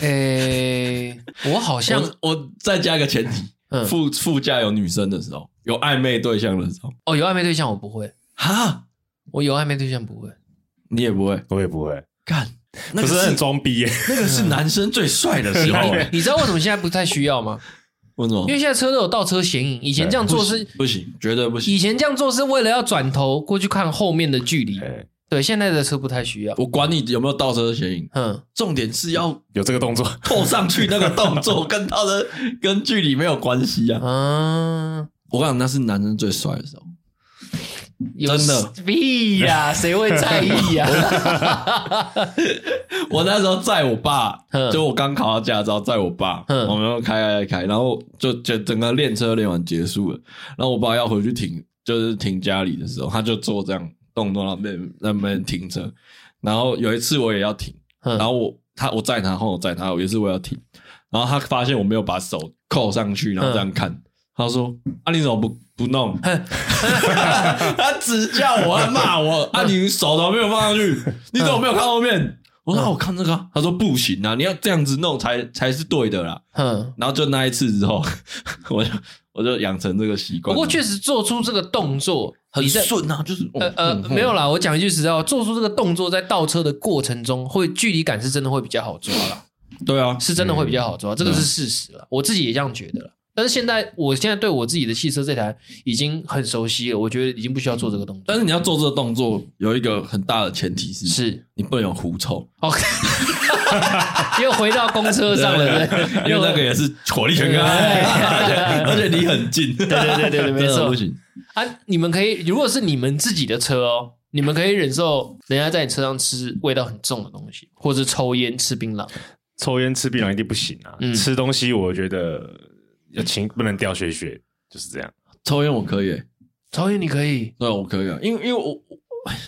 C: 嗯诶、我好 [LAUGHS] 像
A: 我我再加一个前提，
C: 嗯
A: 副副驾有女生的时候，有暧昧对象的时候，
C: 哦有暧昧对象我不会，
A: 哈，
C: 我有暧昧对象不会，
A: 你也不会
D: 我也不会，
A: 干，那
D: 可
A: 个
D: 是
A: 是
D: 很装逼耶。
A: 那个是男生最帅的时候、欸，
C: 你知道为什么现在不太需要
A: [LAUGHS]
C: 吗？
A: 为什么
C: 因？为现在车都有倒车显影，以前这样做是。
A: 不行，绝哦对不行！
C: 以前这样做是为了要转头过去看后面的距离，
D: [LAUGHS] 哎
C: 对，现在的车不太需要。
A: 我管你有没有倒车显影，
C: 嗯，
A: 重点是要
D: 有这个动作，
A: 扣上去那个动 [LAUGHS] 作，跟倒车跟距离没有关系啊！
C: 啊，
A: 我跟你讲，那是男生最帅的时候。
C: 有
A: 真的
C: 屁呀、谁会在意
A: [LAUGHS]
C: 呀、
A: 我那时候载我爸
C: 嗯，
A: 就我刚考到驾照，载我爸，
C: 嗯
A: 我们要开开开，然后就就整个练车练完结束了，然后我爸要回去停，就是停家里的时候，他就做这样动作，然后那边那边停车，然后有一次我也要停，
C: 嗯
A: 然后我他我载他，后我载他，有一次我要停，然后他发现我没有把手扣上去，然后这样看，他说：“啊，你怎么不不弄？” [LAUGHS] 他指教我，他骂我：“ [LAUGHS] 啊，你手怎么没有放上 [LAUGHS] 去？你怎么没有看后面？”我说：“啊我看这个啊。”他说：“不行啊，你要这样子弄才才是对的啦。
C: 嗯”，
A: 然后就那一次之后， [LAUGHS] 我就我就养成这个习惯。
C: 不过确实做出这个动作很
A: 顺嗯啊，就是
C: 呃呃，没有啦，我讲一句实在话，做出这个动作在倒车的过程中，会距离感是真的会比较好抓啦，
A: 对啊，
C: 是真的会比较好抓，
A: 嗯
C: 这个是事实了，我自己也这样觉得了。但是现在，我现在对我自己的汽车这台已经很熟悉了，我觉得已经不需要做这个动作。
A: 但是你要做这个动作，有一个很大的前提是，
C: 是
A: 你不能有狐臭，
C: 哦，又回到公车上了，对不
A: [LAUGHS]
C: 对
A: 因为那个也是火力全开，
C: 哎
A: 而且离很近。对
C: 对对对对没错
A: 不行。
C: 啊，你们可以，如果是你们自己的车哦，你们可以忍受人家在你车上吃味道很重的东西，或者抽烟、吃槟榔。
D: 抽烟吃槟榔一定不行啊，
C: 嗯
D: [LAUGHS] 吃东西我觉得要请不能掉血血，就是这样。
A: 抽烟我可以、
C: 抽烟你可以，
A: 对，我可以啊，因为因为我我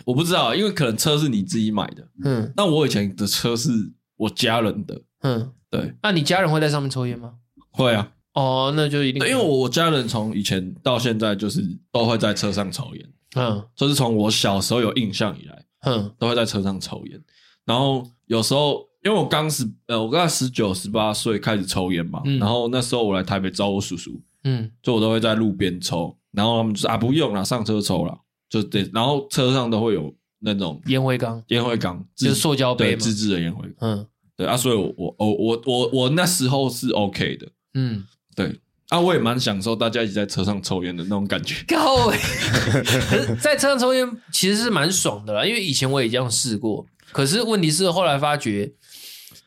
A: 我不知道，因为可能车是你自己买的，
C: 嗯
A: 但我以前的车是我家人的，
C: 嗯。
A: 对，
C: 那、你家人会在上面抽烟吗？
A: 会啊，
C: 哦，那就一定可
A: 对
C: 以，
A: 哎因为我家人从以前到现在就是都会在车上抽烟，
C: 嗯
A: 就是从我小时候有印象以来，
C: 嗯
A: 都会在车上抽烟。然后有时候，因为我刚十呃，我刚十九十八岁开始抽烟嘛，
C: 嗯
A: 然后那时候我来台北找我叔叔，
C: 嗯
A: 就我都会在路边抽，然后他们就说啊不用了，上车抽了，就得，然后车上都会有那种
C: 烟灰缸
A: 烟灰缸，
C: 就是
A: 自
C: 塑胶杯
A: 对
C: 嘛
A: 自制的烟灰缸，
C: 嗯
A: 对啊，所以我我我我我我那时候是 OK 的，
C: 嗯，
A: 对啊，我也蛮享受大家一起在车上抽烟的那种感觉，
C: 高欸 [LAUGHS] 可是在车上抽烟其实是蛮爽的啦，因为以前我也这样试过，可是问题是后来发觉。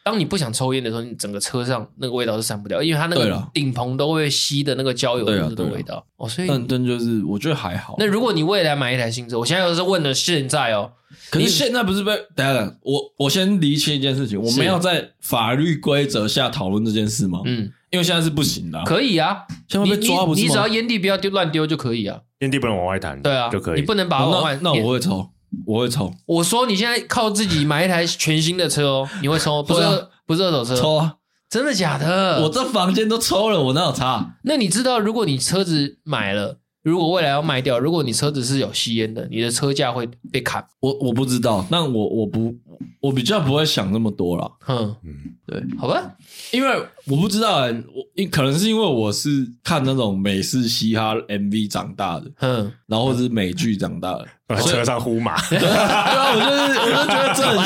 C: 当你不想抽烟的时候，你整个车上那个味道是散不掉，因为它那
A: 对
C: 个
A: 啦
C: 顶棚都会吸的那个焦油
A: 对啊
C: 的
A: 对啊
C: 味道。哦，所以
A: 但但就是我觉得还好。
C: 那如果你未来买一台新车，我现在要是问了现在哦，
A: 可是现在不是被等一下等一下，我我先厘清一件事情，我
C: 是
A: 们要在法律规则下讨论这件事吗？
C: 嗯，
A: 因为现在是不行的啊、
C: 可以啊，
A: 现在会被
C: 你
A: 抓不
C: 你
A: 是
C: 你只要
A: 吗？
C: 烟蒂不要丢乱丢就可以啊，
D: 烟蒂不能往外弹，
C: 对啊，
D: 就可以。
C: 你不能把它往外
A: 哦。那那
C: 你
A: 我会抽，我会抽，
C: 我说你现在靠自己买一台全新的车哦，你
A: [LAUGHS]
C: 会抽不是
A: 对啊
C: 二不是二手车？哦
A: 抽啊！
C: 真的假的？
A: 我这房间都抽了，我哪有差？
C: 那你知道，如果你车子买了，如果未来要卖掉，如果你车子是有吸烟的，你的车价会被砍。
A: 我我不知道，那我我不我比较不会想那么多啦，
C: 哼，
D: 嗯，
A: 对，
C: 好吧，
A: 因为我不知道、欸，我因可能是因为我是看那种美式嘻哈 MV 长大的， [LAUGHS]
C: 哼，
A: 然后或者是美剧长大的， [LAUGHS]
D: 放在车上呼麻，
A: 对啊，我就是我就觉得这很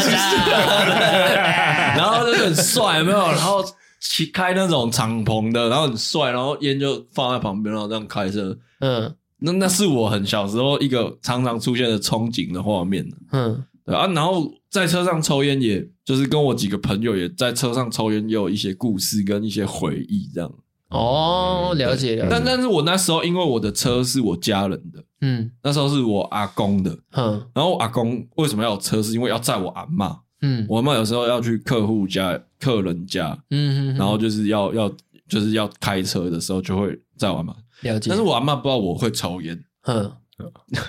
A: [LAUGHS] 然后就是很帅，有没有？然后骑开那种敞篷的，然后很帅，然后烟就放在旁边，然后这样开车。
C: [LAUGHS] 嗯
A: 那那是我很小时候一个常常出现的憧憬的画面，
C: 哼，
A: 对啊。然后在车上抽烟也，就是跟我几个朋友也在车上抽烟，也有一些故事跟一些回忆这样。
C: 哦，了解了解，
A: 但但是我嗯那时候因为我的车是我家人的，
C: 嗯
A: 那时候是我阿公的，
C: 哼
A: 然后我阿公为什么要有车，是因为要载我阿嬷。
C: 嗯
A: 我妈有时候要去客户家、客人家，
C: 嗯，哼
A: 然后就是要要就是要开车的时候就会在玩嘛。
C: 了解，
A: 但是我阿妈不知道我会抽烟，
C: 哼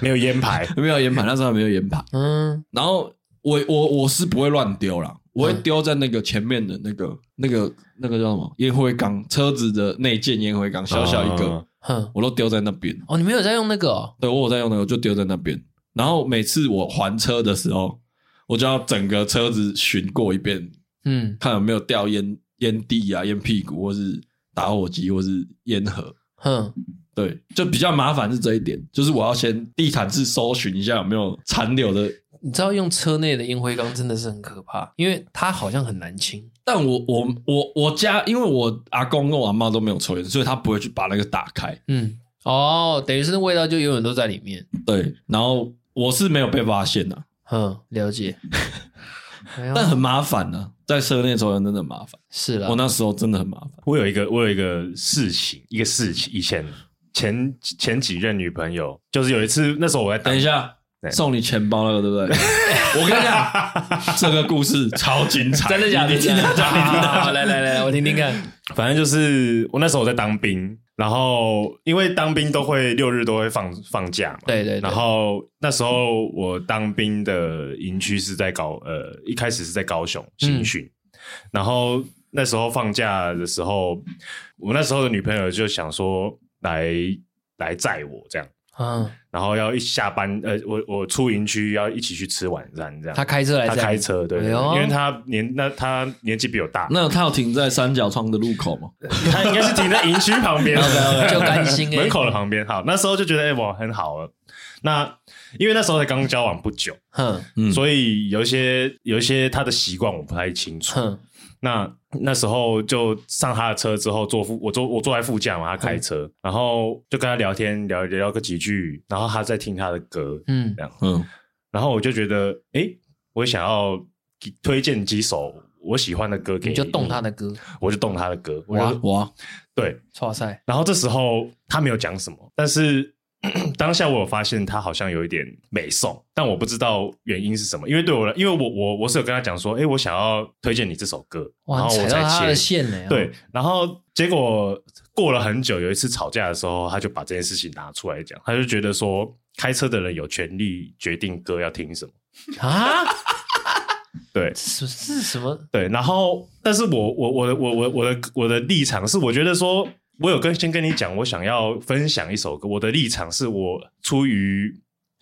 D: 没有烟牌，
A: 没有烟盘，那时候还没有烟盘。
C: 嗯
A: 然后我我我是不会乱丢啦，我会丢在那个前面的那个那个那个叫什么烟灰缸，车子的内件烟灰缸，小小一个，
D: 嗯
C: 哼，
A: 我都丢在那边。
C: 哦，你没有在用那个哦，
A: 对我有在用那个，就丢在那边。然后每次我还车的时候，我就要整个车子巡过一遍，
C: 嗯
A: 看有没有掉烟烟蒂啊、烟屁股，或是打火机，或是烟盒。
C: 哼，
A: 对，就比较麻烦是这一点，就是我要先地毯式搜寻一下有没有残留的。
C: 你知道用车内的烟灰缸真的是很可怕，因为它好像很难清。
A: 但我我我我家，因为我阿公跟我阿妈都没有抽烟，所以他不会去把那个打开。
C: 嗯，哦，等于是那味道就永远都在里面。
B: 嗯
A: 对，然后我是没有被发现的、啊
C: 嗯，了解。哎呦
A: 但很麻烦呢、在车内抽烟真的很麻烦。
C: 是啦
B: 啊
A: 我，那时候真的很麻烦。
D: 我有一个，我有一个事情，一个事情，以前前前几任女朋友，就是有一次，那时候我在当
A: 等一下
D: 对
A: 送你钱包那个，对
B: [LAUGHS]
A: 不对？我跟你讲，这个故事超精彩，
B: 真的假的？
A: 你听
B: 真的
A: 得
B: 假
A: 到
B: 的？好好来来来，我听听看。
D: 反正就是我那时候我在当兵，然后因为当兵都会六日都会放放假嘛，
C: 对对对
D: 然后那时候我当兵的营区是在高呃，一开始是在高雄新训，然后那时候放假的时候，我那时候的女朋友就想说来来载我这样，
C: 嗯，
D: 然后要一下班呃，我我出营区要一起去吃晚餐这样。
C: 他开车来载
D: 他
C: 你，
D: 开车对，对
C: 哎
D: 对
C: 呦
D: 因为他年那他年纪比我
C: [LAUGHS]
D: 大，
A: 那他有停在三角窗的路口吗？
D: 他应该是停在营区旁
C: [LAUGHS]
D: 边
C: 哦
B: OK，OK，就甘
D: [LAUGHS]
B: 心
C: 哎
B: 欸
D: 门口的旁边。好，那时候就觉得哎、我很好了。那因为那时候才刚交往不久，
C: 哼
A: 嗯
D: 所以有一些有一些他的习惯我不太清楚。
C: 哼，
D: 那那时候就上他的车之后坐副，我坐我坐在副驾嘛，他开
C: 嗯
D: 车，然后就跟他聊天聊聊个几句，然后他在听他的歌，
C: 嗯
D: 这样，
A: 嗯，
D: 然后我就觉得哎、我想要给推荐几首我喜欢的歌给
C: 你就动他
D: 的，
C: 的歌，
D: 我就动他的歌，我
A: 哇
D: 就
A: 哇，
D: 对，
C: 哇塞，
D: 然后这时候他没有讲什么，但是 [CLEARS THROAT] 当下我有发现他好像有一点美送，但我不知道原因是什么。因为对我来，因为我我我是有跟他讲说，哎，我想要推荐你这首歌，然
C: 哇，
D: 后
C: 你
D: 我
C: 踩到他
D: 才
C: 的啊
D: 切。
C: 线呢，
D: 对，然后结果过了很久，有一次吵架的时候，他就把这件事情拿出来讲，他就觉得说，开车的人有权利决定歌要听什么。
C: 啊，
D: 对，
C: 这是这是什么？
D: 对，然后，但是我我我的我我我的我的立场是，我觉得说，我有跟先跟你讲，我想要分享一首歌，我的立场是我出于。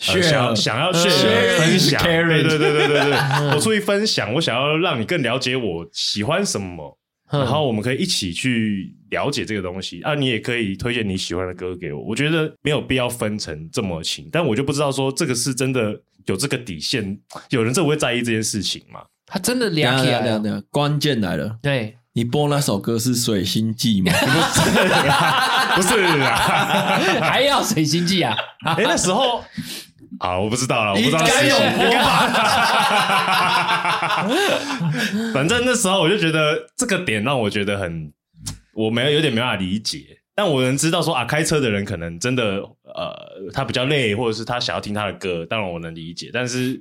D: 呃、
A: Share 呃
D: 想想要
C: Share
D: share
A: is
D: 分享，对
A: caring
D: 对对对对
A: [LAUGHS]
D: 对，我出于分享，我想要让你更了解我喜欢什么，
A: 嗯
C: 哼
D: 然后我们可以一起去了解这个东西啊，你也可以推荐你喜欢的歌给我。我觉得没有必要分成这么清，但我就不知道说这个是真的有这个底线，有人这么会在意这件事情吗？
C: 他真的
A: 等一
C: 俩
A: 下
C: 起
A: 等一下
C: 来
A: 等一下
C: 了，
A: 等一下，关键来了，
C: 对，
A: 你播那首歌是《水星
B: [LAUGHS]
A: 记》吗？
D: 不是啊，
C: 还要水星记啊，
D: [LAUGHS] 哎、那时候啊，我不知道了，我不知道
A: 应该有播
D: 吧。 [LAUGHS] 反正那时候我就觉得这个点让我觉得很，我没有有点没办法理解。但我能知道说啊，开车的人可能真的呃，他比较累，或者是他想要听他的歌，当然我能理解。但是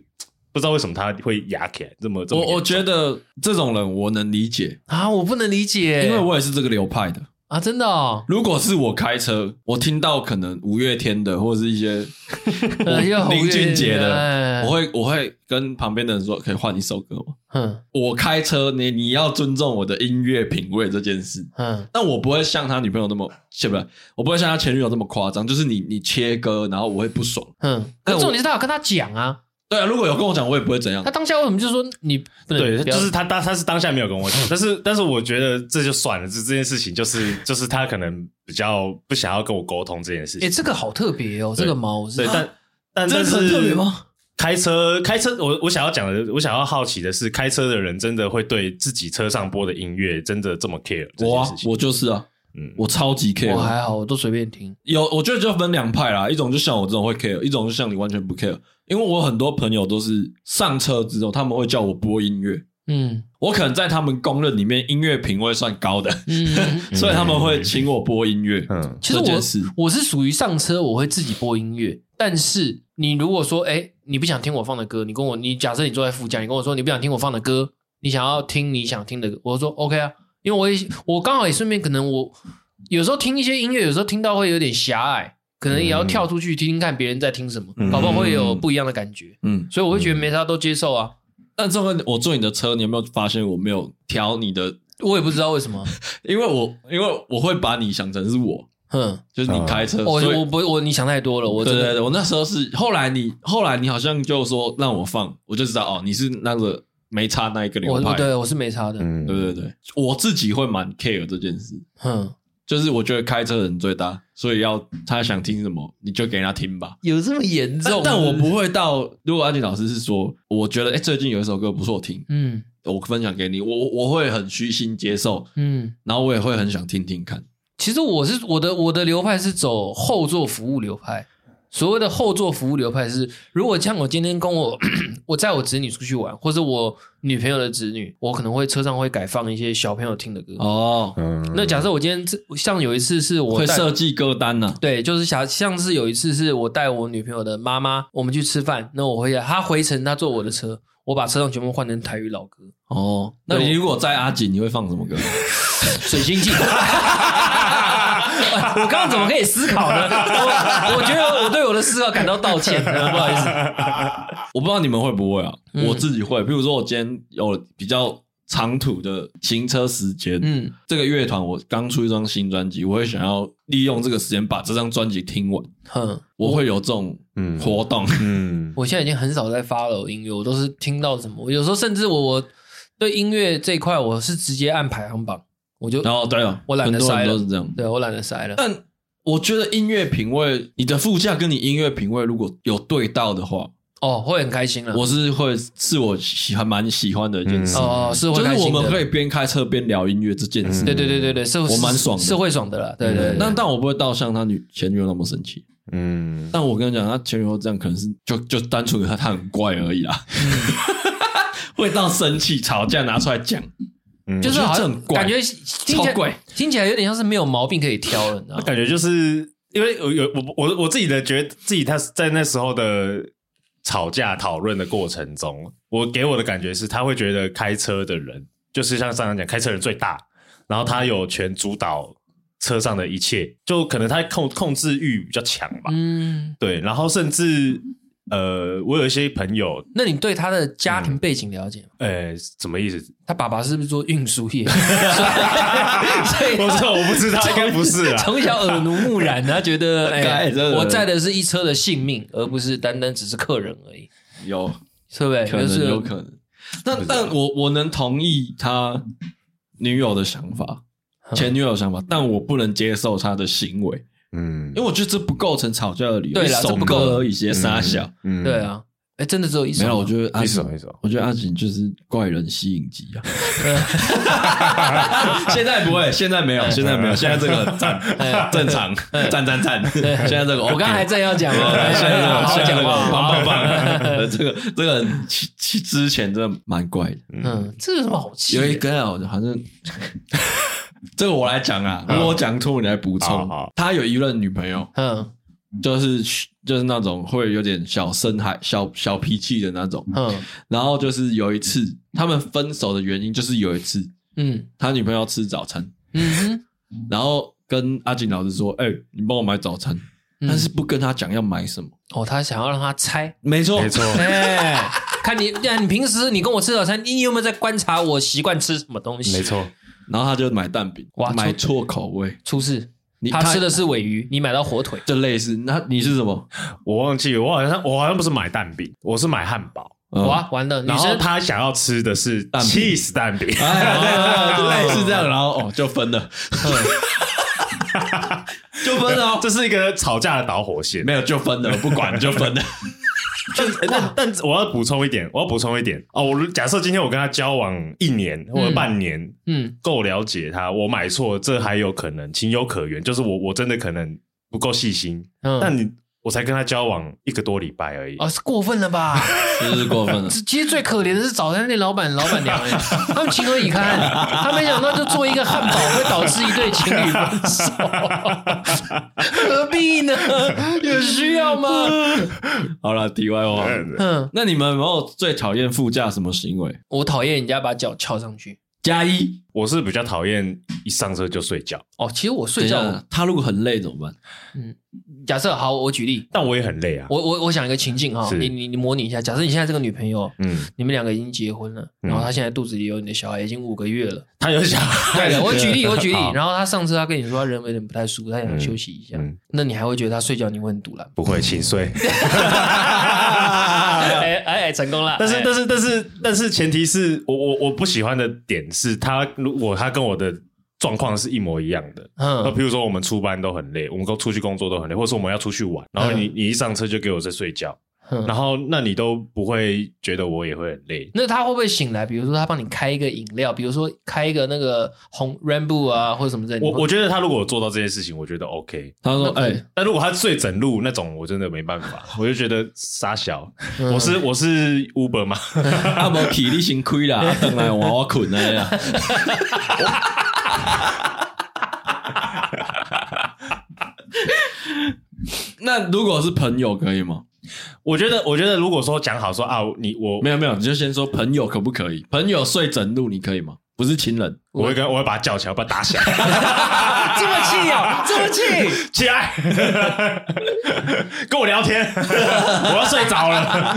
D: 不知道为什么他会压起来这么这么严
A: 我
D: 重。
A: 我觉得这种人我能理解，
C: 啊，我不能理解，
A: 因为我也是这个流派的。
C: 啊，真的哦，
A: 如果是我开车，我听到可能五月天的或者是一些
C: 呃又
A: 林俊杰
C: 哎
A: 的，我会我会跟旁边的人说，可以换一首歌吗？
C: 哼
A: 我开车，你你要尊重我的音乐品味这件事。
C: 哼，
A: 但我不会像他女朋友那么，是不是？我不会像他前女友那么夸张，就是你你切割，然后我会不爽。
C: 哼，
A: 但
C: 可
A: 我
C: 重点是他有跟他讲啊，
A: 对啊，如果有跟我讲，我也不会怎样
C: 他。当下为什么就说你不能
D: 对，
C: 不要
D: 就是他当他是当下没有跟我讲， [LAUGHS] 但是但是我觉得这就算了，这这件事情就是就是他可能比较不想要跟我沟通这件事
C: 哎，
D: 情。
C: 这个好特别哦，这
D: 对
C: 个猫我是
D: 对，但但
A: 这
D: 但
A: 个啊很
D: 是
A: 特别吗？
D: 开车开车，我我想要讲的，我想要好奇的是，开车的人真的会对自己车上播的音乐真的这么 care 这
A: 我
D: 件
A: 啊
D: 事情？
A: 我就是啊，
D: 嗯，
A: 我超级 care
C: 我。还好，我都随便听，
A: 有，我觉得就分两派啦，一种就像我这种会 care，一种就像你完全不 care。因为我很多朋友都是上车之后，他们会叫我播音乐，
C: 嗯
A: 我可能在他们公认里面音乐品味算高的，
C: 嗯。
A: [LAUGHS] 所以他们会请我播音乐。
D: 嗯
C: 其实
A: 这件事
C: 我我是属于上车我会自己播音乐，但是你如果说，哎、你不想听我放的歌，你跟我，你假设你坐在副驾，你跟我说你不想听我放的歌，你想要听你想听的歌，我说 OK 啊，因为我也我刚好也顺便可能我有时候听一些音乐，有时候听到会有点狭隘，可能也要跳出去听听看别人在听什么，
D: 嗯
C: 搞不好会有不一样的感觉，
A: 嗯，
C: 所以我会觉得没啥都接受啊，
A: 但这个我坐你的车，你有没有发现我没有挑你的？
C: 我也不知道为什么，
A: 因为我因为我会把你想成是我，
C: 哼，
A: 就是你开车，
C: 我
A: 呃所以
C: 哦我不我你想太多了，我
A: 对
C: 真
A: 对
C: 的
A: 对，我那时候是后来你后来你好像就说让我放，我就知道哦，你是那个没差那一个流
C: 我
A: 派
C: 我。对我是没差的，
D: 嗯，
A: 对对对，我自己会蛮 care 这件事，
C: 哼。
A: 就是我觉得开车的人最大，所以要他想听什么你就给他听吧。
C: 有这么严
A: 但
C: 重？
A: 但我不，会到，如果安静老师是说，我觉得哎、诶最近有一首歌不错听，
C: 嗯
A: 我分享给你，我我我会很虚心接受，
C: 嗯，
A: 然后我也会很想听听看。
C: 其实我是我的我的流派是走后座服务流派。所谓的后座服务流派是，如果像我今天跟我 [CLEARS THROAT] 我载我子女出去玩，或者我女朋友的子女，我可能会车上会改放一些小朋友听的歌。
A: 哦，
D: 嗯，
C: 那假设我今天这像有一次是我
A: 会
C: 带
A: 设计歌单呢、
C: 对，就是想像是有一次是我带我女朋友的妈妈，我们去吃饭，那我回家，她回程她坐我的车，我把车上全部换成台语老歌，
A: 哦，那你如果在阿锦，你会放什么歌？
C: 水星记。 [LAUGHS] 我刚刚怎么可以思考呢？我我觉得我对我的思考感到道歉，不好意思。
A: [LAUGHS] 我不知道你们会不会啊，我自己会。比如说，我今天有比较长途的行车时间，
C: 嗯，
A: 这个乐团我刚出一张新专辑，我会想要利用这个时间把这张专辑听完，
C: 哼，
A: 我会有这种
D: 嗯
A: 活动。
D: 嗯，
C: 我现在已经很少在 follow 音乐，我都是听到什么，我有时候甚至我我对音乐这一块我是直接按排行榜，我就
A: 然后对哦，
C: 我懒得
A: 很多
C: 塞
A: 人
C: 了
A: 都是这样。
C: 对我懒得塞了。
A: 但我觉得音乐品味，你的副驾跟你音乐品味如果有对到的话，
C: 哦，会很开心了。
A: 我是会是我喜还蛮喜欢的一件事。
D: 嗯
C: 哦是会
A: 就是
C: 开
A: 我
C: 心的
A: 们可以边开车边聊音乐这件事。
D: 嗯
C: 对对对对对，是
A: 我蛮爽的
C: 是会爽的啦。对对对，
A: 但但我不会到像他女前女友那么生气。
D: 嗯，
A: 但我跟你讲，他前女友这样可能是就就单纯他他很怪而已啊啦，嗯 [LAUGHS] 会到生气吵架拿出来讲。
C: 就是好
A: 我觉得这
C: 像
A: 很怪
C: 感觉听起
A: 超怪
C: 来听起来有点像是没有毛病可以挑了，你知道吗？
D: 感觉就是因为有有我我我自己的觉得自己他在那时候的吵架讨论的过程中，我给我的感觉是他会觉得开车的人就是像上长讲，开车人最大，然后他有权主导车上的一切，就可能他控控制欲比较强吧，
C: 嗯，
D: 对，然后甚至呃，我有一些朋友，
C: 那你对他的家
A: 嗯
C: 庭背景了解吗？
D: 呃，什么意思？ [LAUGHS]
C: 他爸爸是不是做运输业？ [LAUGHS] 所以
D: 我说我不知道，应该不是啊，
C: 从小耳濡目染，他
A: [LAUGHS]
C: 觉得哎
A: 该真，的
C: 我载的是一车的性命，而不是单单只是客人而已，
A: 有
C: 是不是？
A: 可
C: 就是
A: 能有可能。但但我我能同意他女友的想法，前女友的想法，但我不能接受他的行为，
D: 嗯
A: 因为我觉得这不构成吵架的理由。
C: 对啦
A: 一首
C: 这不构
A: 歌而已，直接撒小。
D: 嗯
C: 对，啊，哎，真的只有一首
A: 没
C: 吗，
A: 有，我觉得阿
D: 一
A: 锦
D: 首一首，
A: 我觉得阿锦就是怪人吸引
C: [LAUGHS]
A: 机啊。 [LAUGHS] 现在不会，现在
C: 哎
A: 没有，现在没有，现在这个赞正常，赞赞赞。现在这个 OK，
C: 哎我刚才还正要讲哦，
A: [LAUGHS] 现在这
C: 好
A: 个
C: 好
A: 现在这
C: 讲
A: 个
C: 话，嗯
A: 棒棒棒，
C: 好好
A: 这个这个其其之前真的蛮怪的。
C: 嗯，这有什么好气
A: 有一
C: 的？
A: 个啊，好像这个我来讲啊，如果我讲错你来补
D: 好
A: 充
D: 好。
A: 他有一任女朋友，
C: 嗯
A: 就是就是那种会有点小深海、小小脾气的那种。
C: 嗯
A: 然后就是有一次，他们分手的原因就是有一次，
C: 嗯
A: 他女朋友吃早餐，
C: 嗯哼，
A: 然后跟阿锦老师说：“哎、你帮我买早餐。”
C: 嗯
A: 但是不跟他讲要买什么。
C: 哦，他想要让他猜，
A: 没错，
D: 没错，
C: 哎，看你，那你平时你跟我吃早餐，你有没有在观察我习惯吃什么东西？
D: 没，错，
A: 然后他就买蛋饼
C: 哇，
A: 买错口味，
C: 出事，
A: 你
C: 他吃
A: 的
C: 的是尾鱼，你买到火腿。
A: 这类似。那你是什么？
D: 我忘记，我好像我好像不是买蛋饼，我是买汉堡。
A: 嗯
C: 哇，完了，
D: 然
C: 女
D: 后
C: 生
D: 他想要吃的是
A: 蛋饼
D: cheese 蛋饼，
A: 哎， [LAUGHS] 对对对，类似这样，然后哦就分 [LAUGHS] 了，就分了哦，
D: [LAUGHS] 这是一个吵架的导火线。
A: 没有就分了，不管就 [LAUGHS] 分了。
D: 但但但我要补充一点，我要补充一点哦。我假设今天我跟他交往一年或者半年，
C: 嗯
D: 够了解他，我买错，这还有可能，情有可原。就是我我真的可能不够细心，
C: 嗯，
D: 但你我才跟他交往一个多礼拜而已。
A: 哦
C: 啊，是过分了吧？
A: 这是过分了。
C: 这其实最可怜的是早餐店老板、老板娘、哎，他们情何以堪？他没想到就做一个汉堡，会导致一对情侣分手，何必呢？有需要吗？
A: [LAUGHS] 好了，题外话。
C: 嗯，
A: [LAUGHS] 那你们有没有最讨厌副驾什么行为？
C: 我讨厌人家把脚翘上去。
A: 加一。
D: 我是比较讨厌一上车就睡觉，
C: 哦，其实我
A: 等
C: 睡
A: 一
C: 觉，
A: 下，他如果很累怎么办？
C: 假设好，我举例，
D: 但我也很累啊。
C: 我我我想一个情境哈，
D: 是
C: 你你你模拟一下，假设你现在这个女朋友，
D: 嗯，
C: 你们两个已经结婚了，然后她现在肚子里有你的小孩，已经五个月了。
D: [LAUGHS] 他有想，
C: [LAUGHS] 对的，我举
D: [LAUGHS]
C: 例，我举例。
D: 好
C: 然后她上次她跟你说她人有点不太舒服，她想休息一下
D: 嗯嗯，
C: 那你还会觉得她睡觉你会很
D: [LAUGHS]？
C: 堵了
D: 不会，请
C: [LAUGHS]
D: 睡。
C: 哎哎
D: [LAUGHS]
C: 哎，成功了！
D: 但是
C: 哎，
D: 但是，但是，但是，前提是我我我不喜欢的点是他，如果他跟我的状况是一模一样的，那
C: 嗯
D: 比如说我们出班都很累，我们都出去工作都很累，或者是我们要出去玩，然后你你一上车就给我在睡
C: 嗯
D: 觉，然后那你都不会觉得我也会很累。
C: 那他会不会醒来？比如说他帮你开一个饮料，比如说开一个那个红 Rambo 啊，或者什么之类的。
D: 我
C: 你会
D: 我觉得他如果有做到这件事情，我觉得 OK。
A: 他说：“
C: 那可
A: 哎、
C: 以
D: 但如果他醉整路那种，我真的没办法，我就觉得傻小。
C: 嗯
D: 我是我是 Uber 嘛，
A: 哎阿伯体力行亏
C: [LAUGHS]
A: 啦，啊等来我我困了呀。那如果是朋友可以吗？
D: 我觉得我觉得如果说讲好说啊，你我
A: 没有没有，你就先说朋友可不可以？朋友睡整路你可以吗？不是情人，
D: 我会跟我会把他叫起来，我把他打起
A: [LAUGHS]
D: 来， [LAUGHS]
C: 这么气哦，这么气！
D: 起来，跟我聊天，
A: [LAUGHS]
D: 我要睡着了。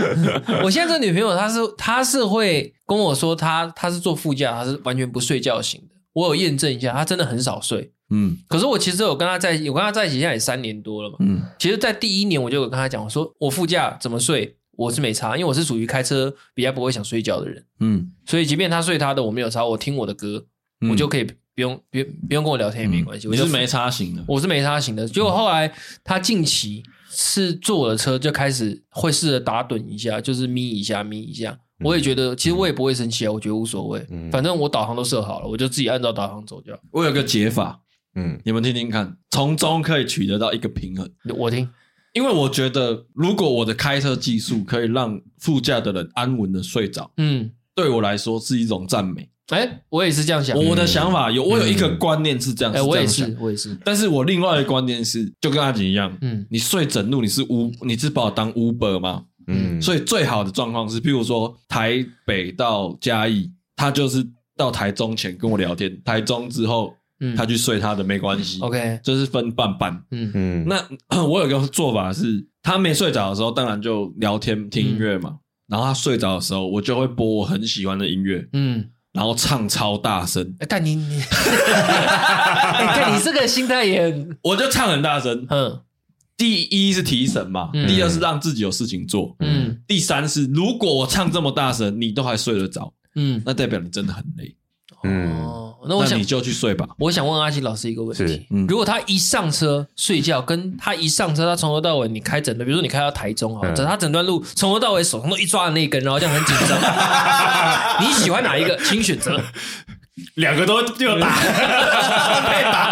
C: 我现在这女朋友，她是她是会跟我说她，她是坐副驾，她是完全不睡觉型的。我有验证一下，她真的很少睡。
A: 嗯
C: 可是我其实有跟她在一起，我跟她在一起现在也三年多了嘛。
A: 嗯，
C: 其实，在第一年我就有跟她讲，我说我副驾怎么睡，我是没差，因为我是属于开车比较不会想睡觉的人，
A: 嗯，
C: 所以即便她睡她的，我没有差，我听我的歌，
A: 嗯
C: 我就可以不用不用不用跟我聊天哎也没关系，我
A: 你
C: 就是
A: 没差型的。
C: 我是没他型的。结果后来他近期是坐我的车就开始会试着打盹一下，就是眯一下眯一下。
A: 嗯
C: 我也觉得，其实我也不会生气啊，我觉得无所谓，
D: 嗯
C: 反正我导航都设好了，我就自己按照导航走就好。
A: 我有个解法，
D: 嗯，
A: 你们听听看，从中可以取得到一个平衡。
C: 我听，
A: 因为我觉得，如果我的开车技术可以让副驾的人安稳的睡着，
C: 嗯，
A: 对我来说是一种赞美。
C: 哎、我也是这样想，
A: 我的想法有，我有一个
D: 嗯
A: 观念是这样，
C: 嗯哎、
A: 是这样
C: 我也
A: 想
C: 是，我也是，
A: 但是我另外的观念是，就跟阿锦一样，
C: 嗯
A: 你睡整路，你是 U，你是把我当 Uber 吗？
D: 嗯
A: 所以最好的状况是，譬如说台北到嘉义，他就是到台中前跟我聊天，台中之后
C: 嗯，
A: 他去睡他的没关系，
C: OK，
A: 就是分半半。
C: 嗯
D: 嗯
A: 那 [CLEARS THROAT] 我有个做法是，他没睡着的时候，当然就聊天听音乐嘛。
C: 嗯
A: 然后他睡着的时候，我就会播我很喜欢的音乐，
C: 嗯，
A: 然后唱超大声，
C: 哎、但你你， [LAUGHS] 哎看你这个心态也很，
A: 我就唱很大声。
C: [LAUGHS] 嗯
A: 第一是提神嘛，
C: 嗯
A: 第二是让自己有事情做，
C: 嗯
A: 第三是如果我唱这么大声，你都还睡得着，
C: 嗯，
A: 那代表你真的很累，
D: 嗯，
C: 哦，那我
A: 那
C: 想嗯
A: 你就去睡吧。
C: 我想问阿奇老师一个问
D: 是
C: 题：
A: 嗯
C: 如果他一上车睡觉，跟他一上车，他从头到尾你开整段，比如说你开到台中啊，
D: 嗯
C: 整他整段路从头到尾手上都一抓的那一根，然后这样很紧
A: [LAUGHS]
C: 张。你喜欢哪一个？请选择。
D: 两个都又打， [LAUGHS] 被打，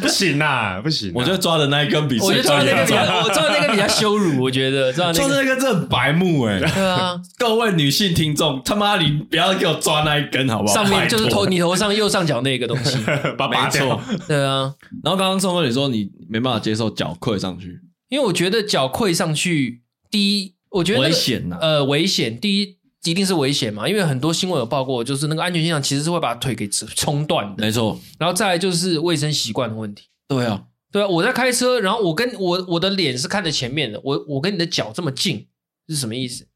D: 不行啊，不行啊，
A: 我觉得抓的那一根比
C: 我
A: 睡
C: 觉得抓
A: 觉
C: 的那个比较，
A: 抓
C: 我抓的那个比较羞辱，我觉得抓的那
A: 抓
C: 个。
A: 的那个真的很白目哎、
C: 对啊，
A: 各位女性听众，他妈你不要给我抓那一根好不好？
C: 上面就是头
A: 拜托
C: 你头上右上角那个东西。
D: [LAUGHS] 把拔掉，
C: 对啊，
A: 然后刚刚宋哥你说你没办法接受脚跪上去，
C: 因为我觉得脚跪上去，第一，我觉得那个
A: 危险呐
C: 呃，危险。第一，一定是危险嘛，因为很多新闻有报过，就是那个安全现场其实是会把腿给冲断的。
A: 没错，
C: 然后再来就是卫生习惯的问题。
A: 对啊，
C: 对啊，我在开车，然后我跟我我的脸是看着前面的，我我跟你的脚这么近是什么意思？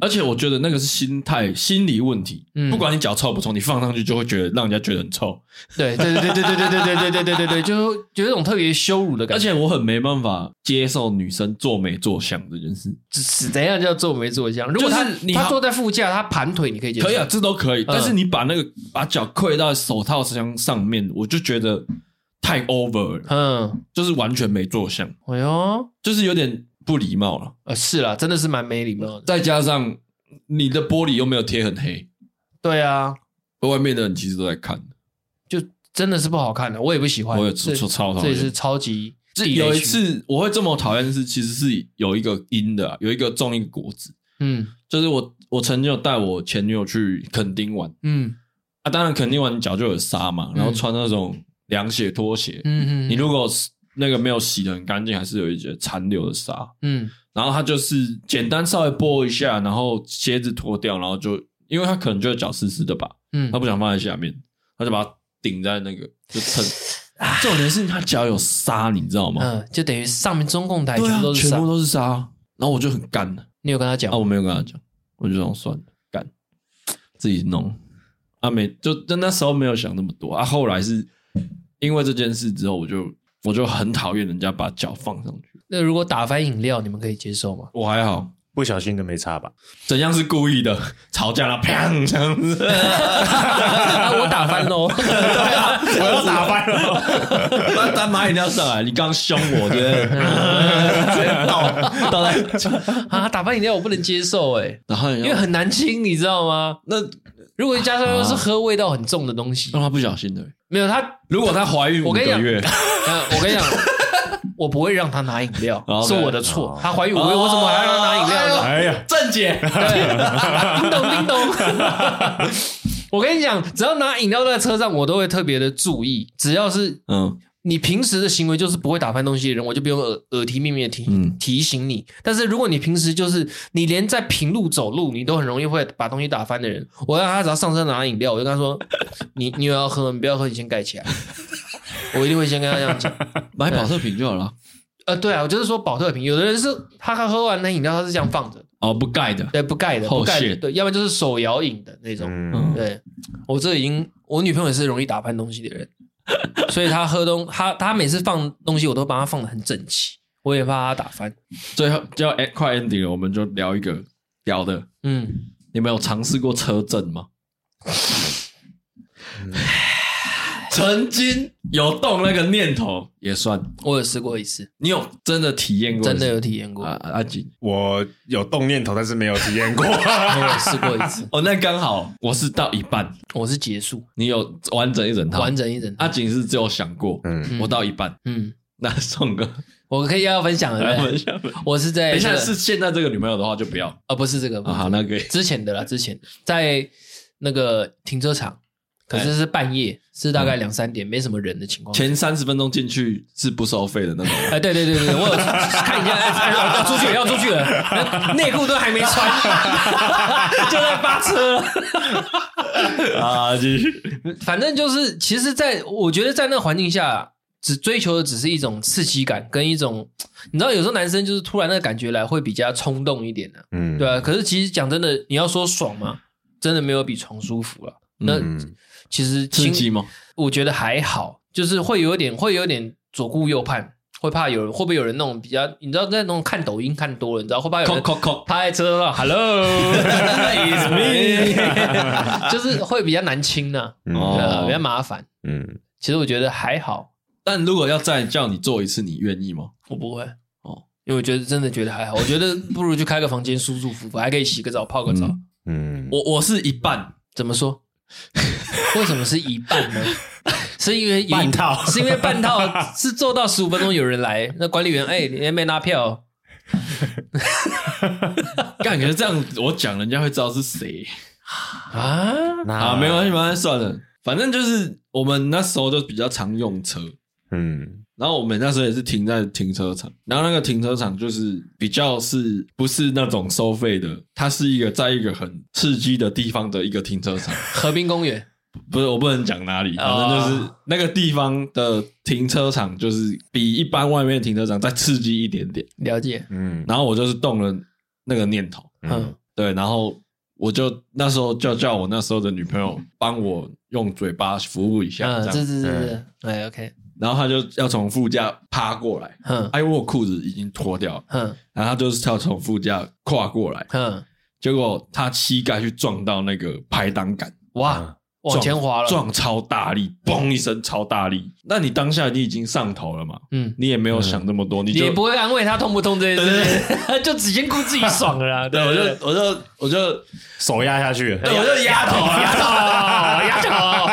A: 而且我觉得那个是心态、心理问题。
C: 嗯
A: 不管你脚臭不臭，你放上去就会觉得让人家觉得很臭。
C: 对对对对对对对对对对对对对，就是有一种特别羞辱的感
A: 而且
C: 觉。
A: 我很没办法接受女生做美做相这件事。
C: 且怎样叫做没做一样？如果他
A: 就是你
C: 他
A: 好
C: 坐在副驾，他盘腿，你可以接受。
A: 可以啊，这都可以。
C: 嗯
A: 但是你把那个把脚跪到手套箱上面，我就觉得太 over 了，
C: 嗯，
A: 就是完全没做相，
C: 哎呦，
A: 就是有点不礼貌了。
C: 呃，是啦，真的是蛮没礼貌的。
A: 再加上你的玻璃又没有贴很黑，
C: 对啊，
A: 外面的人其实都在看，
C: 就真的是不好看的，我也不喜欢。
A: 我也
C: 这
A: 超超讨
C: 这也
A: 厌。
C: 是超级
A: 这
C: 地雷
A: 有一
C: 区，
A: 次我会这么讨厌，是其实是有一个因的啊、有一个种一个果子，
C: 嗯
A: 就是我我曾经有带我前女友去垦丁玩
C: 嗯
A: 啊，当然垦丁玩脚就有沙嘛，然后穿那种凉鞋拖鞋，
C: 嗯嗯，
A: 你如果是那个没有洗的很干净，还是有一些残留的沙，
C: 嗯
A: 然后它就是简单稍微拨一下，然后鞋子脱掉，然后就因为它可能觉得脚湿湿的吧，
C: 嗯
A: 他不想放在下面，他就把它顶在那个就
C: [LAUGHS]
A: 撑。重点是他脚有沙，你知道吗？
C: 嗯，就等于上面中共台
A: 对
C: 哎全
A: 啊
C: 部都，是
A: 全
C: 上
A: 部都是沙。然后我就很干啊，
C: 你有跟他讲？
A: 我没有跟他讲，我就想算了，干自己弄。啊，没就就那时候没有想那么多啊。后来是因为这件事之后，我就我就很讨厌人家把脚放上去。 [LAUGHS]
C: 那如果打翻饮料，你们可以接受吗？
A: 我还好，
D: 不小心就没差吧？
A: 怎样是故意的？吵架了，砰这样子， [LAUGHS]
C: 啊我打翻喽，
D: 我要打翻了，
A: [LAUGHS] 那单马饮料上来，你刚凶我，对不对？ [LAUGHS] 直接倒倒在，
C: [LAUGHS] 啊，打翻饮料我不能接受哎，
A: 然后
C: 因为很难清，你知道吗？
A: 那
C: 如果加上又是喝味道很重的东西，
A: 让他不小心的。
C: 没有他，
A: 哦如果她怀孕五
C: 我跟
A: 个
C: 你讲
A: 月，
C: 呃我跟
D: [LAUGHS]
C: 你讲，我不会让他拿饮料，
A: OK
C: 是我的错
D: 哦。
C: 他怀孕五个月，我怎么还让他拿饮料呢？
D: 哎呀，
A: 郑姐，
C: 对，
D: 哦
C: 叮咚叮咚。 [LAUGHS] 我跟你讲，只要拿饮料在车上，我都会特别的注意。只要是
A: [LAUGHS] 嗯，
C: 你平时的行为就是不会打翻东西的人，我就不用耳耳提面命的提、
A: 嗯
C: 提醒你。但是如果你平时就是你连在平路走路，你都很容易会把东西打翻的人，我让他只要上车拿饮料，我就跟他说：“你你有要喝吗？你不要喝，你先盖起来。” [LAUGHS] 我一定会先跟他这样讲。
A: 买保特瓶就好了。
C: 呃，对啊，我就是说保特瓶，有的人是他他喝完那饮料他是这样放着，
A: 哦，不盖的，
C: 对，不盖的，
A: 后
C: 不盖的，
A: 续
C: 对，要不然就是手摇饮的那种。
D: 嗯，
C: 对我这已经，我女朋友也是容易打翻东西的人，所以她喝东，她她每次放东西，我都把它放的很整齐，我也怕她打翻。
A: 最后就要 end- 快 ending 了，我们就聊一个屌的。
C: 嗯，
A: 你们有尝试过车震吗？
C: 嗯
A: 曾经有动那个念头也算，
C: 我有试过一次，
A: 你有真的体验过？
C: 真的有体验过，
A: 啊，啊阿锦
D: 我有动念头，但是没有体验过。
C: 我有试过一次，
A: 哦，那刚好我是到一半，
C: 我是结束
A: 你有完整一整套，
C: 完整一整套。
A: 阿锦是只有想过，
D: 嗯，
A: 啊我到一半，
C: 嗯，
A: 那宋哥
C: 我可以要分享了，
A: 来
C: 对不
A: 分
C: 对
A: 享。
C: 我是在
A: 等一
C: 这
A: 下
C: 个
A: 是现在这个女朋友的话就不要
C: 哦，不是这个，
A: 啊，好，那可以，
C: 之前的啦，之前的在那个停车场，可是是半夜，是大概两三点，没什么人的情况下。
A: 前三十分钟进去是不收费的那种。
C: 哎，对对对对，我有看一下，哎哎要要出去了，要出去了，内裤都还没穿，就在扒车了。
A: 啊，继续。
C: 反正就是，其实在我觉得在那个环境下，只追求的只是一种刺激感跟一种，你知道，有时候男生就是突然那个感觉来，会比较冲动一点的、
D: 嗯
C: 对啊。可是其实讲真的，你要说爽嘛，真的没有比床舒服了。那
D: 嗯
C: 其实
A: 刺
C: 心
A: 激吗？
C: 我觉得还好，就是会有点会有点左顾右盼，会怕有人会不会有人那种比较，你知道在那种看抖音看多了，你知道会不会有
A: 扣
C: 人
A: 扣扣
C: 趴在
A: [LAUGHS]
C: 车上
A: ，It's me。
C: ，hello，就是 [LAUGHS] 会比较难清呢、
A: 哦
C: 对啊比较麻烦。
D: 嗯，
C: 其实我觉得还好，
A: 但如果要再叫你做一次，你愿意吗？
C: 我不会
A: 哦
C: 哦，因为我觉得真的觉得还好，我觉得不如去开个房间舒舒服服，还可以洗个澡泡个澡。
D: 嗯，
A: 我我是一半， [LAUGHS]
C: 怎么说？ [LAUGHS] 为什么是一半呢？ [LAUGHS] 是
A: [LAUGHS]
C: 因为
D: 半套
C: 是因为半套是做到十五分钟有人来，那管理员哎，你还没拿票哦，
A: 感觉这样我讲人家会知道是谁
C: 啊，
A: 啊。没关系，没关系，算了，反正就是我们那时候就比较常用车，
D: 嗯
A: 然后我们那时候也是停在停车场，然后那个停车场就是比较是不是那种收费的，它是一个在一个很刺激的地方的一个停车场， [LAUGHS]
C: 河滨公园
A: 不是我不能讲哪里，反正
C: 哦
A: 就是那个地方的停车场就是比一般外面的停车场再刺激一点点。
C: 了解，
D: 嗯
A: 然后我就是动了那个念头，
C: 嗯，
A: 对，然后我就那时候就叫我那时候的女朋友帮我用嘴巴服务一下，
C: 嗯，
A: 这
C: 这
A: 样，
C: 这这这，哎，OK，
A: 然后她就要从副驾趴过来，
C: 嗯
A: 哎，因为我裤子已经脱掉了。
C: 嗯
A: 然后他就是跳从副驾跨过来，
C: 嗯，
A: 结果他膝盖去撞到那个排挡杆，
C: 哇，往前滑
A: 嗯
C: 了，
A: 撞超大力，嘣一声超大力。那你当下你已经上头了嘛？
C: 嗯，
A: 你也没有想那么多，你
C: 你也
A: 就
C: 不会安慰他痛不痛这件事， [LAUGHS] 就只先顾自己爽了啦，
A: 对，
C: 对
A: 我
C: 不
A: 就
C: 对？
A: 我就我就
D: 手压下去，
A: 对我就压头
C: 压
A: 了，
C: 倒，啊
A: [LAUGHS]
C: 压倒，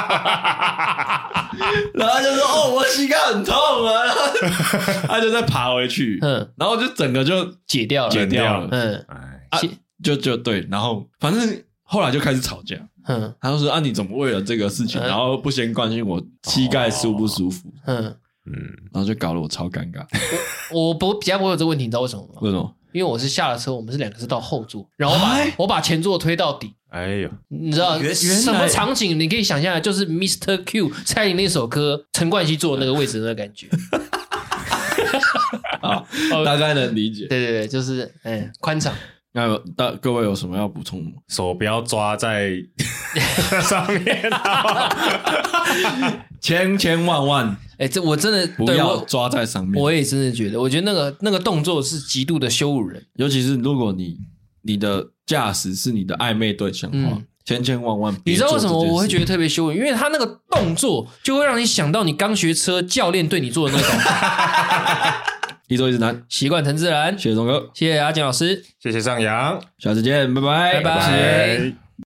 A: 然后他就说哦，我膝盖很痛啊，然
C: [LAUGHS]
A: 后他就再爬回去，
C: 嗯，
A: 然后就整个就
C: 解掉
A: 解
C: 了，
A: 掉了，
C: 嗯
D: 哎，
A: 啊
C: 解
A: 就就对，然后反正后来就开始吵架。
C: 嗯
A: 他就说：“啊，你怎么为了这个事情，
C: 嗯
A: 然后不先关心我膝盖舒不舒服？
C: 嗯。
D: 嗯
A: 然后就搞得我超尴尬。
C: 我不比较不会有这个问题，你知道为什么吗？
A: 为什么？
C: 因为我是下了车，我们是两个是到后座，然后我把
A: 哎
C: 我把前座推到底，
D: 哎呦，
C: 你知道
A: 原
C: 什
A: 原来
C: 么场景？你可以想象的，就是 Mr. Q 蔡依林那首歌，陈冠希坐的那个位置的
A: [LAUGHS]
C: 那个感觉。
A: 啊，
C: 哦
A: 大概能理解。
C: 对对对，就是哎，宽敞。
A: 那有大各位有什么要补充吗？
D: 手不要抓在 [LAUGHS] 上面啊，
A: 千千万万
C: 哎、这我真的
A: 不
C: 对
A: 要
C: 我
A: 抓在上面。
C: 我也真的觉得，我觉得那个那个动作是极度的羞辱人。
A: 尤其是如果你你的驾驶是你的暧昧对象的话，
C: 嗯
A: 千千万万
C: 你
A: 别
C: 知
A: 做
C: 道为
A: 这件事。
C: 什么我会觉
A: 得
C: 得特别羞辱？因为他那个动作就会让你想到你刚学车教练对你做的那个
A: [LAUGHS]
C: 动作。
A: 一周一直难？
C: 习惯陈自然，
A: 谢谢钟哥，
C: 谢谢阿健老师。
D: 谢谢上扬，
A: 下次见，拜拜，
C: 拜拜
D: 拜。